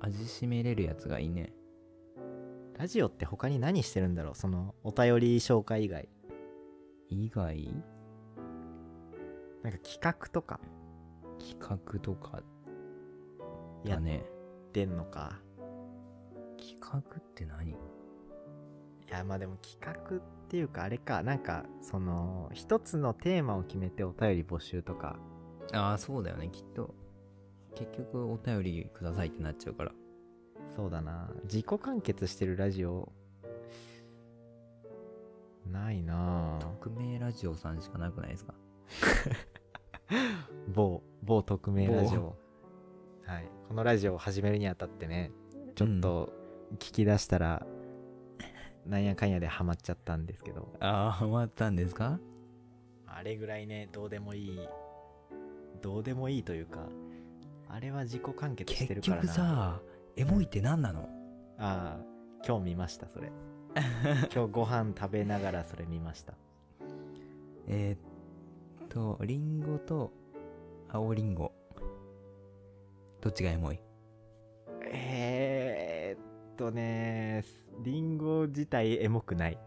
Speaker 2: 味しめれるやつがいいね
Speaker 1: ラジオって他に何してるんだろうそのお便り紹介以外
Speaker 2: 以外
Speaker 1: なんか企画とか
Speaker 2: 企画とか
Speaker 1: や
Speaker 2: だ
Speaker 1: っ
Speaker 2: ね
Speaker 1: てんのか、
Speaker 2: 企画って何
Speaker 1: いやまあでも企画っていうかあれかなんかその一つのテーマを決めてお便り募集とか
Speaker 2: ああそうだよねきっと結局お便りくださいってなっちゃうから
Speaker 1: そうだな自己完結してるラジオないなあ
Speaker 2: 匿名ラジオさんしかなくないですか
Speaker 1: 某某匿名ラジオはいこのラジオを始めるにあたってねちょっと聞き出したら、なんやかんやでハマっちゃったんですけど
Speaker 2: ああハマったんですか
Speaker 1: あれぐらいね、どうでもいい、どうでもいいというか、あれは自己完結して
Speaker 2: 結
Speaker 1: るからな。
Speaker 2: 局さエモいって何なの
Speaker 1: ああ、今日見ました、それ。 *laughs* 今日ご飯食べながらそれ見ました。
Speaker 2: えーっとリンゴと青リンゴどっちがエモい
Speaker 1: えー、っとね、リンゴ自体エモくない。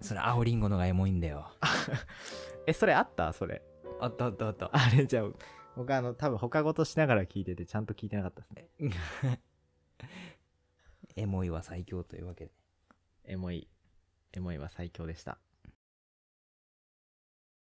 Speaker 2: それ青リンゴのがエモいんだよ
Speaker 1: え、それあったそれ。 *laughs*
Speaker 2: あったあったあった
Speaker 1: あれじゃあ、僕あの、多分他事しながら聞いてて、ちゃんと聞いてなかったですね。
Speaker 2: エモいは最強というわけで
Speaker 1: エモい、エモいは最強でした。